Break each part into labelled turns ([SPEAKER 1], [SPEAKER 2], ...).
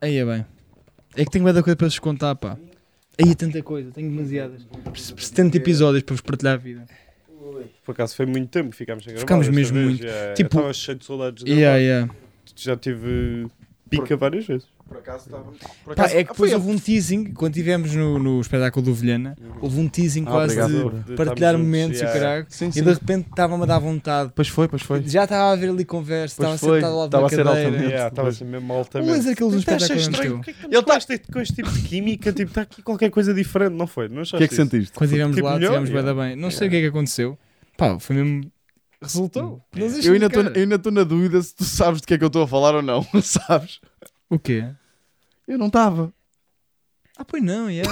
[SPEAKER 1] Aí é bem. É que tenho muita coisa para vos contar, pá. Aí é tanta coisa, tenho demasiadas. Por 70 episódios para vos partilhar a vida.
[SPEAKER 2] Por acaso foi muito tempo que ficámos a gravar.
[SPEAKER 1] Ficámos
[SPEAKER 2] desta
[SPEAKER 1] mesmo
[SPEAKER 2] vez,
[SPEAKER 1] muito.
[SPEAKER 2] é. Eu
[SPEAKER 1] Tipo-
[SPEAKER 2] Estava cheio de saudades de
[SPEAKER 1] Yeah,
[SPEAKER 3] um
[SPEAKER 1] yeah.
[SPEAKER 2] gravar. Já tive pica várias vezes.
[SPEAKER 3] Por acaso estava. Por
[SPEAKER 1] Pá,
[SPEAKER 3] acaso
[SPEAKER 1] é que
[SPEAKER 3] Ah, foi
[SPEAKER 1] depois houve um teasing, quando estivemos no, no espetáculo do Vilhena, houve um teasing
[SPEAKER 3] Ah,
[SPEAKER 1] quase
[SPEAKER 3] obrigado.
[SPEAKER 1] de
[SPEAKER 2] De
[SPEAKER 1] partilhar
[SPEAKER 2] estarmos
[SPEAKER 1] momentos
[SPEAKER 2] juntos,
[SPEAKER 1] e o
[SPEAKER 2] yeah.
[SPEAKER 1] caralho.
[SPEAKER 3] Sim,
[SPEAKER 1] E
[SPEAKER 3] sim.
[SPEAKER 1] de repente estava-me a dar vontade.
[SPEAKER 3] Pois foi, pois foi.
[SPEAKER 1] Já estava a haver ali conversa,
[SPEAKER 3] Pois
[SPEAKER 1] estava
[SPEAKER 3] foi,
[SPEAKER 1] sentado ao lado
[SPEAKER 3] estava
[SPEAKER 1] da
[SPEAKER 3] a ser
[SPEAKER 1] cadeira.
[SPEAKER 3] altamente.
[SPEAKER 2] Yeah, Estava assim mesmo
[SPEAKER 1] O
[SPEAKER 2] altamente.
[SPEAKER 1] laser que eles nos
[SPEAKER 2] Até achei
[SPEAKER 1] espetáculos
[SPEAKER 2] estranho.
[SPEAKER 1] meteu.
[SPEAKER 2] Porque é que Ele está este- com este tipo de química, tipo, está aqui qualquer coisa diferente, não foi? Não
[SPEAKER 3] O que é que sentiste?
[SPEAKER 1] Quando estivemos
[SPEAKER 2] Tipo,
[SPEAKER 1] lá,
[SPEAKER 2] melhor,
[SPEAKER 1] tivemos bué da bem. Não sei o que é que aconteceu. Pá, foi mesmo. Resultou. Não um sei
[SPEAKER 3] Eu ainda tô-
[SPEAKER 1] explicar.
[SPEAKER 3] eu ainda estou na dúvida se tu sabes de que é que eu estou a falar ou não. sabes?
[SPEAKER 1] O quê?
[SPEAKER 3] Eu não estava.
[SPEAKER 1] Ah, pois não, yeah.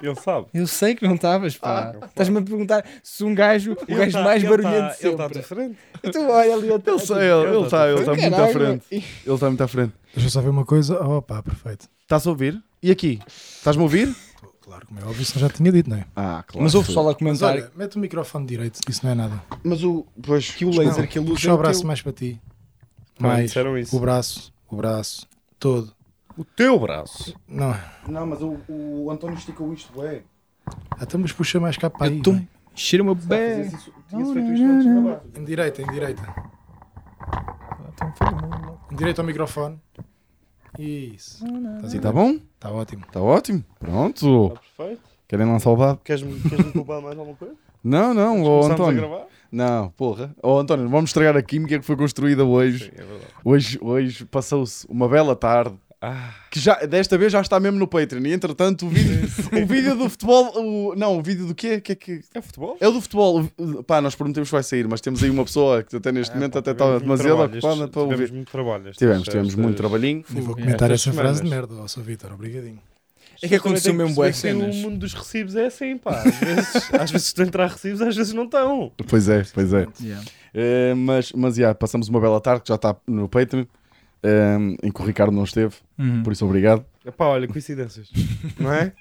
[SPEAKER 2] Ele sabe.
[SPEAKER 1] Eu sei que não estavas, pá. Estás-me a perguntar se um gajo, o
[SPEAKER 2] Ele
[SPEAKER 1] gajo
[SPEAKER 2] tá-
[SPEAKER 1] mais
[SPEAKER 2] ele
[SPEAKER 1] barulhento
[SPEAKER 2] tá-
[SPEAKER 1] de
[SPEAKER 2] Ele está
[SPEAKER 1] sempre.
[SPEAKER 2] diferente.
[SPEAKER 1] Então olha ali até.
[SPEAKER 3] Ele sei, ele está ele tá muito à
[SPEAKER 1] Caralho.
[SPEAKER 3] frente. Ele está muito à frente.
[SPEAKER 4] Deixa eu só ver uma coisa. Oh, pá, perfeito.
[SPEAKER 3] Estás a ouvir? E aqui? Estás-me a ouvir?
[SPEAKER 4] Claro, como é óbvio, isso eu já tinha dito, não é?
[SPEAKER 3] Ah, claro.
[SPEAKER 1] Mas houve pessoal a
[SPEAKER 4] Mas
[SPEAKER 1] comentar.
[SPEAKER 4] olha, mete o microfone direito, isso não é nada.
[SPEAKER 3] Mas o. Pois.
[SPEAKER 1] que o laser que ele usa
[SPEAKER 4] Puxa
[SPEAKER 1] é
[SPEAKER 4] o
[SPEAKER 1] o
[SPEAKER 4] braço
[SPEAKER 1] teu.
[SPEAKER 4] mais para ti.
[SPEAKER 2] Também
[SPEAKER 4] Mais.
[SPEAKER 2] disseram isso.
[SPEAKER 4] O braço, o braço, todo.
[SPEAKER 2] O teu braço.
[SPEAKER 4] Não,
[SPEAKER 3] Não, mas o, o António esticou isto, ué.
[SPEAKER 4] até mas puxa mais cá para aí.
[SPEAKER 1] Eu tô...
[SPEAKER 4] vai.
[SPEAKER 1] Cheira-me bem.
[SPEAKER 3] Isso, tinha-se feito isto antes na barra.
[SPEAKER 4] é? Em direita, em direita. um Em direita ao microfone. Isso. Estás
[SPEAKER 3] Assim
[SPEAKER 4] a dar?
[SPEAKER 3] está bom?
[SPEAKER 4] Está ótimo.
[SPEAKER 3] Está ótimo? Pronto.
[SPEAKER 2] Está Tá perfeito.
[SPEAKER 3] Querem lançar o babo?
[SPEAKER 2] Queres-me queres poupar mais alguma coisa?
[SPEAKER 3] Não, não, ô
[SPEAKER 2] Começámos a
[SPEAKER 3] António.
[SPEAKER 2] gravar?
[SPEAKER 3] Não, porra. Ô António, vamos estragar a química que foi construída hoje.
[SPEAKER 2] Sim, é verdade.
[SPEAKER 3] Hoje, hoje passou-se uma bela tarde.
[SPEAKER 2] Ah.
[SPEAKER 3] Que já, desta vez já está mesmo no Patreon. E entretanto, o vídeo, o vídeo do futebol. o- não, o vídeo do quê? Que é que.
[SPEAKER 2] É futebol?
[SPEAKER 3] É o do futebol. O- Pá, nós prometemos que vai sair, mas temos aí uma pessoa que até neste
[SPEAKER 2] Ah,
[SPEAKER 3] momento
[SPEAKER 2] pá,
[SPEAKER 1] tá
[SPEAKER 3] até
[SPEAKER 2] tivemos
[SPEAKER 3] está
[SPEAKER 2] muito
[SPEAKER 3] demasiado
[SPEAKER 2] trabalho estes-
[SPEAKER 1] então
[SPEAKER 3] ocupada para
[SPEAKER 2] Tivemos
[SPEAKER 3] ouvir.
[SPEAKER 2] muito trabalho. estas-
[SPEAKER 3] Tivemos, tivemos
[SPEAKER 2] estas-
[SPEAKER 4] muito
[SPEAKER 3] muito trabalhinho.
[SPEAKER 4] Nem vou comentar
[SPEAKER 2] Estas
[SPEAKER 4] essa frase de
[SPEAKER 2] semanas.
[SPEAKER 4] merda, ó, sou Vitor, obrigadinho.
[SPEAKER 1] É que aconteceu
[SPEAKER 2] Também
[SPEAKER 1] mesmo
[SPEAKER 2] tem que
[SPEAKER 1] boas
[SPEAKER 2] perceber que
[SPEAKER 1] cenas.
[SPEAKER 2] O mundo dos recibos é assim, pá. Às vezes, às vezes estão a entrar recibos, às vezes não estão.
[SPEAKER 3] Pois é, pois é.
[SPEAKER 1] Yeah.
[SPEAKER 3] Eh, mas, mas, já, passamos uma bela tarde que já está no Patreon. eh, em que o Ricardo não esteve,
[SPEAKER 1] Uhum.
[SPEAKER 3] por isso obrigado.
[SPEAKER 2] Pá, olha, coincidências. não é?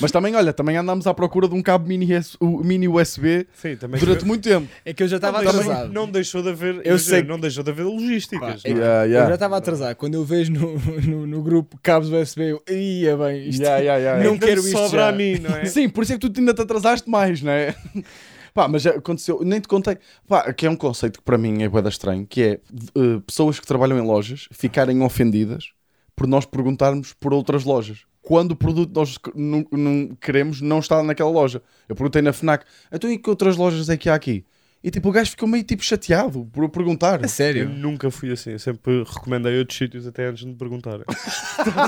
[SPEAKER 3] Mas também, olha, também andámos à procura de um cabo mini, US U- mini USB
[SPEAKER 2] Sim, também.
[SPEAKER 3] durante muito tempo.
[SPEAKER 1] É que eu já estava
[SPEAKER 2] não, deixou-
[SPEAKER 1] atrasado.
[SPEAKER 2] não deixou de haver. Eu
[SPEAKER 1] sei
[SPEAKER 2] sei. Não deixou de haver logísticas.
[SPEAKER 1] Pá,
[SPEAKER 2] não é?
[SPEAKER 1] Eu já
[SPEAKER 3] Yeah, yeah.
[SPEAKER 1] estava atrasado. Quando eu vejo no, no, no grupo cabos USB, eu. Ia bem, isto.
[SPEAKER 3] Yeah, yeah, yeah,
[SPEAKER 1] não
[SPEAKER 3] yeah.
[SPEAKER 2] Ainda
[SPEAKER 1] quero
[SPEAKER 2] me
[SPEAKER 1] isto
[SPEAKER 2] Sobra
[SPEAKER 1] já.
[SPEAKER 2] a mim, não é?
[SPEAKER 3] Sim, por isso é que tu ainda te atrasaste mais, não é? Pá, mas já aconteceu, nem te contei. Pá, que é um conceito que para mim é bué da estranho, que é eh, pessoas que trabalham em lojas ficarem ofendidas por nós perguntarmos por outras lojas. Quando o produto que nós que- não, não queremos não está naquela loja. Eu perguntei na FNAC, então e que outras lojas é que há aqui? E tipo, o gajo ficou meio tipo chateado por eu perguntar.
[SPEAKER 1] A
[SPEAKER 2] Eu
[SPEAKER 1] sério.
[SPEAKER 2] nunca fui assim, eu sempre recomendei outros sítios até antes de me perguntarem.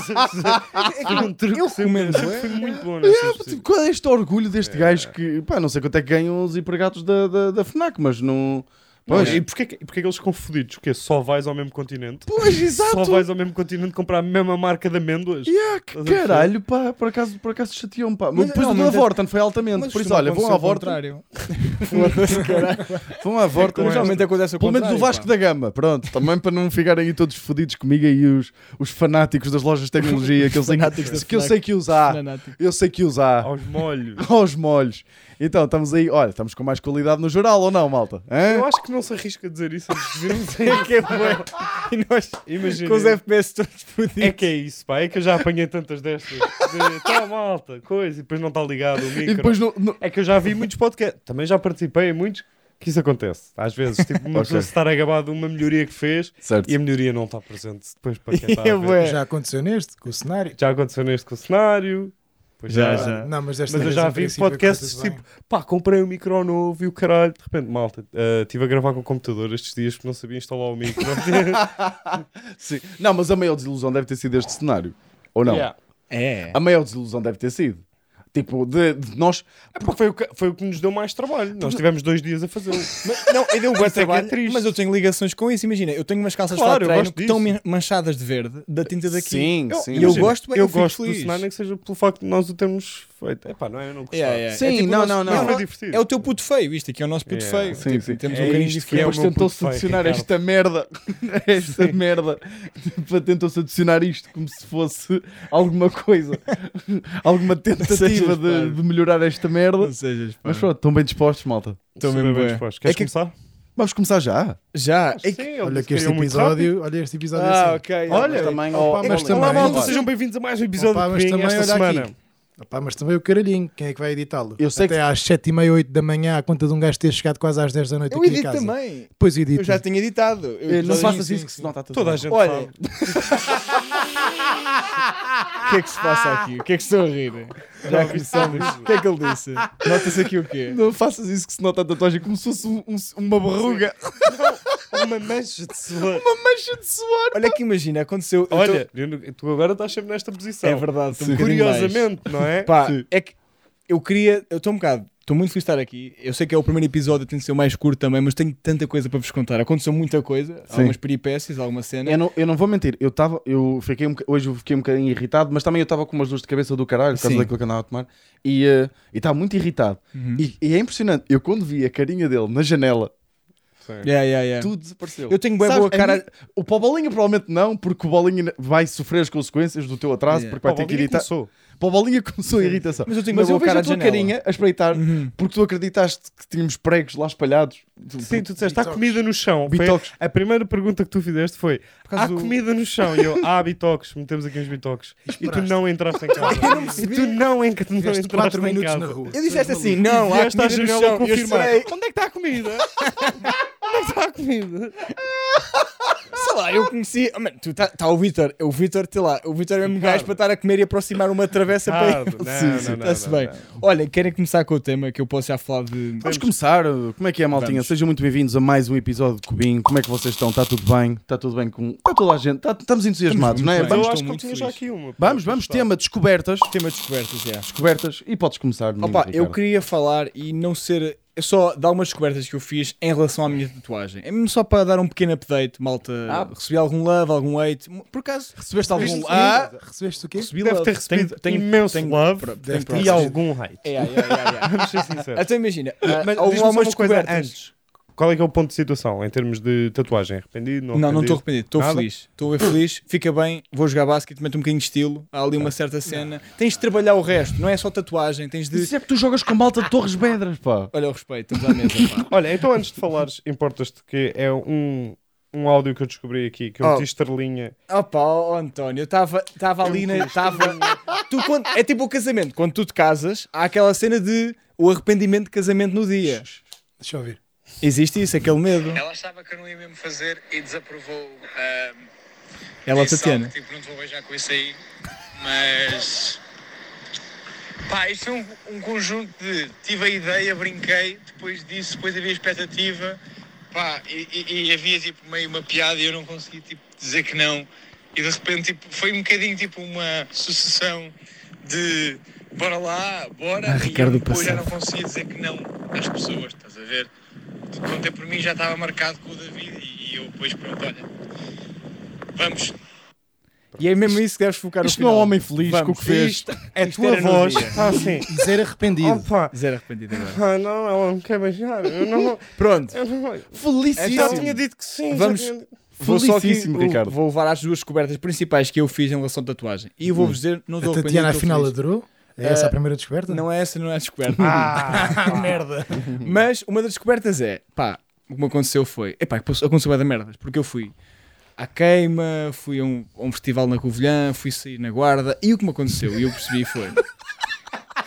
[SPEAKER 2] Foi um truque
[SPEAKER 1] Eu
[SPEAKER 2] sempre-
[SPEAKER 1] recomendo,
[SPEAKER 2] sempre
[SPEAKER 1] é?
[SPEAKER 2] fui muito bom nessas
[SPEAKER 3] Tipo,
[SPEAKER 2] coisas.
[SPEAKER 3] qual é este orgulho deste gajo que, pá, não sei quanto é que ganham os empregados da, da, da FNAC, mas não.
[SPEAKER 2] Não,
[SPEAKER 3] Pois,
[SPEAKER 2] E porquê, que- porquê que eles confundidos? Porque só vais ao mesmo continente?
[SPEAKER 3] pois exato.
[SPEAKER 2] Só vais ao mesmo continente comprar a mesma marca de amêndoas?
[SPEAKER 3] Yeah, que
[SPEAKER 2] Estás a perceber?
[SPEAKER 3] caralho, pá, por acaso, por acaso chateou-me, pá.
[SPEAKER 1] Mas,
[SPEAKER 3] Mas, depois
[SPEAKER 1] não,
[SPEAKER 3] o
[SPEAKER 1] mas-
[SPEAKER 3] da Vorten foi altamente. por isso, olha, vão à Vorten.
[SPEAKER 1] é contrário. É Foda-se, caralho.
[SPEAKER 3] Vão à Vorten. é
[SPEAKER 1] Mas Geralmente acontece o
[SPEAKER 3] Pelo menos o
[SPEAKER 1] contrário,
[SPEAKER 3] Vasco
[SPEAKER 1] pá.
[SPEAKER 3] da Gama, pronto, também para não ficarem aí todos fodidos comigo e os, os fanáticos das lojas de tecnologia que eu sei
[SPEAKER 1] Fanáticos da
[SPEAKER 3] que, que, eu
[SPEAKER 1] Fnac.
[SPEAKER 3] sei que usar,
[SPEAKER 1] Fanático.
[SPEAKER 3] eu sei que usar
[SPEAKER 2] Aos molhos.
[SPEAKER 3] aos molhos. Então estamos aí, olha, estamos com mais qualidade no geral ou não, malta?
[SPEAKER 2] Eu
[SPEAKER 3] Hã?
[SPEAKER 2] acho que não se arrisca a dizer isso antes de virmos.
[SPEAKER 1] É que é bué. E nós,
[SPEAKER 2] Imagina.
[SPEAKER 1] com os FPS todos fodidos.
[SPEAKER 2] É que é isso, pá. É que eu já apanhei tantas destas. De, tá malta, coisa, e depois não está ligado o micro.
[SPEAKER 3] E depois no, no-
[SPEAKER 2] É que eu já vi muitos podcasts, também já participei em muitos, que isso acontece. Às vezes, tipo, uma
[SPEAKER 3] Ok.
[SPEAKER 2] pessoa se estar a gabar de uma melhoria que fez
[SPEAKER 3] certo.
[SPEAKER 2] e a melhoria não está presente depois para quem está a
[SPEAKER 1] É
[SPEAKER 2] ver.
[SPEAKER 1] bué.
[SPEAKER 4] Já aconteceu neste, com o cenário. Ah,
[SPEAKER 2] Já aconteceu neste com o cenário. Pois é.
[SPEAKER 1] Já,
[SPEAKER 2] já,
[SPEAKER 1] já.
[SPEAKER 2] já.
[SPEAKER 4] Não, mas é assim, desta
[SPEAKER 2] Mas eu
[SPEAKER 4] vez,
[SPEAKER 2] já
[SPEAKER 4] em
[SPEAKER 2] vi
[SPEAKER 4] princípio,
[SPEAKER 2] podcasts
[SPEAKER 4] correu tudo
[SPEAKER 2] tipo, pá, comprei um micro novo e o caralho, de repente, malta, ah, estive a gravar com o computador estes dias porque não sabia instalar o micro.
[SPEAKER 3] Sim. Não, mas a maior desilusão deve ter sido este cenário. Ou não?
[SPEAKER 2] Yeah.
[SPEAKER 1] É.
[SPEAKER 3] A maior desilusão deve ter sido. Tipo, de, de nós.
[SPEAKER 2] É porque foi o, que, foi o que nos deu mais trabalho. Nós tivemos dois dias a fazê-lo.
[SPEAKER 1] Mas, não, eu dei o
[SPEAKER 2] Isso é que é triste.
[SPEAKER 1] mas eu tenho ligações com isso. Imagina, eu tenho umas calças
[SPEAKER 2] Claro,
[SPEAKER 1] para
[SPEAKER 2] eu
[SPEAKER 1] treino
[SPEAKER 2] gosto
[SPEAKER 1] que estão
[SPEAKER 2] disso.
[SPEAKER 1] man- manchadas de verde da tinta daqui.
[SPEAKER 3] Sim,
[SPEAKER 2] Eu-
[SPEAKER 3] sim.
[SPEAKER 1] E eu
[SPEAKER 2] Imagina,
[SPEAKER 1] gosto, bem,
[SPEAKER 2] eu
[SPEAKER 1] eu fico
[SPEAKER 2] gosto do
[SPEAKER 1] feliz.
[SPEAKER 2] cenário, nem que seja pelo facto de nós o termos feito. É pá, não é? Eu não gostava.
[SPEAKER 1] Yeah, yeah. o
[SPEAKER 3] Sim, não,
[SPEAKER 1] nosso-
[SPEAKER 3] não, não.
[SPEAKER 2] Mas
[SPEAKER 1] É,
[SPEAKER 2] foi
[SPEAKER 1] o-
[SPEAKER 2] divertido.
[SPEAKER 1] é o teu puto feio, isto aqui é o nosso puto
[SPEAKER 2] Yeah.
[SPEAKER 1] feio.
[SPEAKER 3] Sim,
[SPEAKER 1] Tipo,
[SPEAKER 3] sim.
[SPEAKER 1] Temos
[SPEAKER 2] É
[SPEAKER 1] um carinho
[SPEAKER 2] isto que
[SPEAKER 3] E
[SPEAKER 1] diferente.
[SPEAKER 2] é o
[SPEAKER 3] depois
[SPEAKER 2] meu ponto
[SPEAKER 3] tentou-se
[SPEAKER 2] feio,
[SPEAKER 3] adicionar
[SPEAKER 2] Ricardo.
[SPEAKER 3] esta merda. Esta merda. Tipo, tentou-se adicionar isto como se fosse alguma coisa. alguma tentativa
[SPEAKER 1] Sejas
[SPEAKER 3] de,
[SPEAKER 1] parvo.
[SPEAKER 3] de melhorar esta merda.
[SPEAKER 1] Não sejas, pá.
[SPEAKER 3] Mas pronto, estão bem dispostos, malta.
[SPEAKER 1] Estou mesmo
[SPEAKER 2] bem
[SPEAKER 1] bué.
[SPEAKER 2] disposto.
[SPEAKER 1] É
[SPEAKER 2] Queres
[SPEAKER 1] que- é
[SPEAKER 2] começar?
[SPEAKER 3] Vamos começar já.
[SPEAKER 4] Já.
[SPEAKER 2] Sim, eles
[SPEAKER 4] Olha que
[SPEAKER 2] caíram
[SPEAKER 4] este
[SPEAKER 2] É um muito
[SPEAKER 4] episódio, olha este episódio
[SPEAKER 2] Ah,
[SPEAKER 4] assim.
[SPEAKER 2] ok.
[SPEAKER 3] Olha,
[SPEAKER 2] Olha,
[SPEAKER 3] também,
[SPEAKER 2] oh,
[SPEAKER 3] opa,
[SPEAKER 2] é-
[SPEAKER 4] mas
[SPEAKER 2] Olá,
[SPEAKER 4] também-
[SPEAKER 2] malta, sejam bem-vindos a mais um episódio
[SPEAKER 4] Opa,
[SPEAKER 2] de
[SPEAKER 4] mas
[SPEAKER 2] Pinho
[SPEAKER 4] também
[SPEAKER 2] esta
[SPEAKER 4] olha aqui.
[SPEAKER 2] semana.
[SPEAKER 4] Opá, mas também o caralhinho, quem é que vai editá-lo?
[SPEAKER 3] Eu sei
[SPEAKER 4] Até
[SPEAKER 3] que-
[SPEAKER 4] às 7h30, 8 da manhã, à conta de um gajo ter chegado quase às 10 da noite
[SPEAKER 1] Eu
[SPEAKER 4] aqui em
[SPEAKER 1] edito
[SPEAKER 4] casa.
[SPEAKER 1] também.
[SPEAKER 4] Depois edito.
[SPEAKER 1] Eu já tinha editado. Eu
[SPEAKER 3] Não
[SPEAKER 1] episódio-
[SPEAKER 3] faças
[SPEAKER 4] sim,
[SPEAKER 3] isso que
[SPEAKER 4] sim.
[SPEAKER 3] se nota tudo.
[SPEAKER 2] Toda a gente
[SPEAKER 1] Olha.
[SPEAKER 2] sabe.
[SPEAKER 1] O que é que se passa aqui? O que é que estão a rir? Já começamos. O que é que ele disse? Nota-se aqui o quê?
[SPEAKER 3] Não faças isso que se nota a tatuagem como se fosse um- um- uma barruga.
[SPEAKER 2] Uma mancha de suor.
[SPEAKER 3] Uma mancha de suor.
[SPEAKER 1] Olha que imagina, aconteceu. eu
[SPEAKER 2] Olha, eu nu- tu agora estás sempre nesta
[SPEAKER 1] tô-
[SPEAKER 2] posição.
[SPEAKER 1] é verdade. tô um bocadinho mais.
[SPEAKER 2] Curiosamente, não é?
[SPEAKER 1] Pá,
[SPEAKER 3] Sim.
[SPEAKER 1] é que eu queria. Eu estou um bocado. Estou muito feliz de estar aqui. Eu sei que é o primeiro episódio, tem de ser o mais curto também, mas tenho tanta coisa para vos contar. Aconteceu muita coisa, algumas peripécias, alguma cena.
[SPEAKER 3] Eu não, eu não vou mentir, eu estava, eu fiquei um, boca- hoje eu fiquei um bocadinho irritado, mas também eu estava com umas dores de cabeça do caralho por causa
[SPEAKER 1] Sim. Uhum.
[SPEAKER 3] daquilo que andava a tomar e eh, e estava muito irritado. E, e é impressionante, eu quando vi a carinha dele na janela,
[SPEAKER 1] Yeah, yeah, yeah.
[SPEAKER 3] tudo desapareceu.
[SPEAKER 1] É. Eu tenho bué
[SPEAKER 3] Sabes,
[SPEAKER 1] boa
[SPEAKER 3] a
[SPEAKER 2] é
[SPEAKER 1] cara-
[SPEAKER 3] mim- o Pau Bolinha provavelmente não, porque o Bolinha vai sofrer as consequências do teu atraso,
[SPEAKER 1] Yeah.
[SPEAKER 3] porque vai
[SPEAKER 2] Pá,
[SPEAKER 3] ter que
[SPEAKER 2] alguém
[SPEAKER 3] irritar.
[SPEAKER 2] começou.
[SPEAKER 3] Pau Bolinha começou a irritação.
[SPEAKER 1] Mas eu tenho
[SPEAKER 3] Mas
[SPEAKER 1] uma
[SPEAKER 3] eu
[SPEAKER 1] boa
[SPEAKER 3] vejo
[SPEAKER 1] cara
[SPEAKER 3] a
[SPEAKER 1] de
[SPEAKER 3] tua
[SPEAKER 1] janela. Uhum.
[SPEAKER 3] carinha a espreitar, porque tu acreditaste que tínhamos pregos lá espalhados.
[SPEAKER 2] Sim, tu disseste, há
[SPEAKER 4] Bitox.
[SPEAKER 2] comida no chão. Foi-
[SPEAKER 3] Bitox.
[SPEAKER 2] A primeira pergunta que tu fizeste foi,
[SPEAKER 1] causa
[SPEAKER 2] há
[SPEAKER 1] do-
[SPEAKER 2] comida no chão. E eu, há bitoques, metemos aqui uns bitoques. E tu não entraste em casa. E tu não, enca- não
[SPEAKER 4] Tiveste
[SPEAKER 2] entraste
[SPEAKER 4] 4
[SPEAKER 2] em
[SPEAKER 4] minutos
[SPEAKER 2] casa.
[SPEAKER 4] na rua.
[SPEAKER 1] Eu disseste assim, não, há
[SPEAKER 2] Vieste à
[SPEAKER 1] comida no
[SPEAKER 2] janela
[SPEAKER 1] chão. Eu
[SPEAKER 2] confirmar.
[SPEAKER 1] sei.
[SPEAKER 2] Onde é que está a comida? Onde é que está a comida?
[SPEAKER 1] Sei lá, eu conheci. Oh, mano, tu tá, tá o Vitor. O Vitor, sei lá, o Vitor é mesmo gajo para estar a comer e aproximar uma travessa para
[SPEAKER 2] Ricardo,
[SPEAKER 1] ele.
[SPEAKER 2] não,
[SPEAKER 3] Sim,
[SPEAKER 2] não,
[SPEAKER 3] sim,
[SPEAKER 2] não,
[SPEAKER 1] Está-se
[SPEAKER 2] não,
[SPEAKER 1] bem.
[SPEAKER 2] não.
[SPEAKER 1] Olha, querem começar com o tema que eu posso já falar de.
[SPEAKER 3] Vamos começar. Como é que é, maltinha? Sejam muito bem-vindos a mais um episódio de Cubinho. Como é que vocês estão? Está tudo bem? Está tudo bem com. Está toda a gente. Tá- Estamos entusiasmados,
[SPEAKER 1] Estamos
[SPEAKER 3] não é?
[SPEAKER 1] muito
[SPEAKER 2] Mas
[SPEAKER 3] Vamos,
[SPEAKER 1] estou
[SPEAKER 2] eu acho que eu
[SPEAKER 1] muito
[SPEAKER 2] tinha já
[SPEAKER 1] feliz.
[SPEAKER 2] aqui uma.
[SPEAKER 3] vamos, vamos. Tema descobertas.
[SPEAKER 1] Tema de descobertas, é.
[SPEAKER 3] Descobertas. E podes começar. menino
[SPEAKER 1] Opa, eu
[SPEAKER 3] Ricardo.
[SPEAKER 1] queria falar e não ser. é Só dar umas descobertas que eu fiz em relação à minha tatuagem. É mesmo só para dar um pequeno update, malta.
[SPEAKER 3] Ah.
[SPEAKER 1] Recebi algum love, algum hate. Por acaso,
[SPEAKER 4] Recebeste
[SPEAKER 3] Recebeste algum.
[SPEAKER 4] o quê?
[SPEAKER 3] Ah!
[SPEAKER 4] Recebeste o quê?
[SPEAKER 1] recebi
[SPEAKER 2] Deve
[SPEAKER 1] love.
[SPEAKER 2] ter recebido
[SPEAKER 1] Tenho- tenho-
[SPEAKER 2] imenso
[SPEAKER 1] tenho-
[SPEAKER 2] love
[SPEAKER 1] pro-
[SPEAKER 4] deve
[SPEAKER 1] tenho
[SPEAKER 4] ter
[SPEAKER 1] provas.
[SPEAKER 2] e algum hate.
[SPEAKER 1] É, é, é, é, é.
[SPEAKER 2] Vamos ser sinceros.
[SPEAKER 1] Então imagina,
[SPEAKER 2] Ah, Mas
[SPEAKER 1] mas,
[SPEAKER 2] diz-me só
[SPEAKER 1] algumas
[SPEAKER 2] uma coisa
[SPEAKER 1] descobertas.
[SPEAKER 2] antes. Qual é que é o ponto de situação em termos de tatuagem? Arrependido? Não,
[SPEAKER 1] Não, não estou
[SPEAKER 2] arrependido?
[SPEAKER 1] arrependido, estou
[SPEAKER 2] Nada?
[SPEAKER 1] feliz. Estou feliz, fica bem, vou jogar basquete, mete um bocadinho de estilo, há ali uma
[SPEAKER 2] Ah.
[SPEAKER 1] certa cena. Tens de trabalhar o resto, não é só tatuagem, tens de.
[SPEAKER 3] Isso é porque tu jogas com malta de Torres Vedras, pá.
[SPEAKER 1] Olha o respeito, estamos à mesa. pá.
[SPEAKER 2] Olha, então antes de falares, importas-te que é um, um áudio que eu descobri aqui, que eu
[SPEAKER 1] Oh.
[SPEAKER 2] meti estrelinha.
[SPEAKER 1] Opa, oh, António, eu estava ali na. Tava, tu, quando- é tipo o casamento, quando tu te casas, há aquela cena de o arrependimento de casamento no dia.
[SPEAKER 4] Deixa eu ouvir.
[SPEAKER 1] Existe isso, aquele medo.
[SPEAKER 3] É
[SPEAKER 5] Ela achava que eu não ia mesmo fazer e desaprovou. ah,
[SPEAKER 1] Ela,
[SPEAKER 3] é
[SPEAKER 5] disse
[SPEAKER 1] É, Tatiana.
[SPEAKER 5] algo, Tipo, não te vou beijar com isso aí. Mas. Pá, isto foi um, um conjunto de. Tive a ideia, brinquei, depois disso, depois havia expectativa. Pá, e, e- e havia tipo meio uma piada e eu não consegui tipo, dizer que não. E de repente tipo, foi um bocadinho tipo uma sucessão de bora lá, bora. e
[SPEAKER 1] Ah, Ricardo
[SPEAKER 5] eu depois já
[SPEAKER 1] Passado.
[SPEAKER 5] não conseguia dizer que não às pessoas, estás a ver? Ontem por mim já estava marcado com o David e, e eu depois pronto, olha. Vamos.
[SPEAKER 1] E é mesmo isso que deves focar
[SPEAKER 3] Isto
[SPEAKER 1] no
[SPEAKER 3] não é
[SPEAKER 1] final.
[SPEAKER 3] um homem feliz com o que fez.
[SPEAKER 1] Isto,
[SPEAKER 2] É
[SPEAKER 1] Isto
[SPEAKER 2] tua
[SPEAKER 1] era no
[SPEAKER 2] voz.
[SPEAKER 1] dia.
[SPEAKER 2] Está assim.
[SPEAKER 4] Dizer arrependido.
[SPEAKER 2] Opa,
[SPEAKER 1] zero arrependido agora.
[SPEAKER 2] ah, não, ela não quer beijar. Eu não,
[SPEAKER 1] Pronto,
[SPEAKER 2] eu não,
[SPEAKER 3] Felicíssimo.
[SPEAKER 2] já tinha dito que sim. já
[SPEAKER 1] É Vamos-
[SPEAKER 2] tinha-
[SPEAKER 1] Vou só aqui,
[SPEAKER 3] Felicíssimo, Ricardo.
[SPEAKER 1] Vou levar às duas descobertas principais que eu fiz em relação à tatuagem. E eu vou-vos dizer, não
[SPEAKER 4] A
[SPEAKER 1] estou arrependido,
[SPEAKER 4] Tatiana
[SPEAKER 1] estou
[SPEAKER 4] afinal
[SPEAKER 1] feliz.
[SPEAKER 4] adorou? É essa
[SPEAKER 1] Eh,
[SPEAKER 4] a primeira descoberta?
[SPEAKER 1] Não é essa, não é a descoberta.
[SPEAKER 2] Ah,
[SPEAKER 4] merda.
[SPEAKER 1] Mas uma das descobertas é, pá, o que me aconteceu foi, epá, aconteceu bem da merdas, porque eu fui à queima, fui a um, a um festival na Covilhã, fui sair na Guarda, e o que me aconteceu, e eu percebi foi...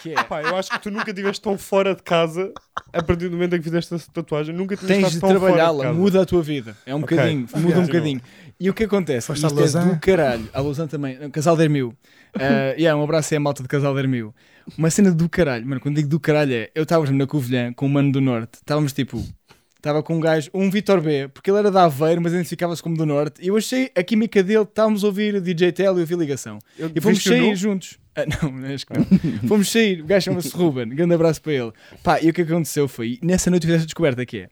[SPEAKER 1] Que é,
[SPEAKER 2] pá, eu acho que tu nunca estiveste tão fora de casa a partir do momento em que fizeste essa tatuagem. Nunca
[SPEAKER 1] tens
[SPEAKER 2] estiveste
[SPEAKER 1] de
[SPEAKER 2] tão fora de casa.
[SPEAKER 1] trabalhá-la, muda a tua vida. É um
[SPEAKER 2] Ok.
[SPEAKER 1] bocadinho, muda
[SPEAKER 2] Yeah.
[SPEAKER 1] um bocadinho. E o que acontece?
[SPEAKER 4] Foste à
[SPEAKER 1] Isto é
[SPEAKER 4] Lausanne?
[SPEAKER 1] do caralho. A Lausanne também, um Casal Dermil. Uh, yeah, um abraço aí à malta de Casal Dermil. Uma cena do caralho, mano, quando digo do caralho é, eu estava na Covilhã com um mano do Norte, estávamos tipo, estava com um gajo, um Vitor B, porque ele era da Aveiro, mas identificava-se como do Norte, e eu achei a química dele, estávamos a ouvir DJ Tel e ouvir ligação.
[SPEAKER 2] Eu-
[SPEAKER 1] E fomos
[SPEAKER 2] viste o nu?
[SPEAKER 1] sair juntos. Ah, não, acho que não. fomos sair, o gajo chama-se Ruben, grande abraço para ele. Pá, e o que aconteceu foi, nessa noite eu fiz esta descoberta que é,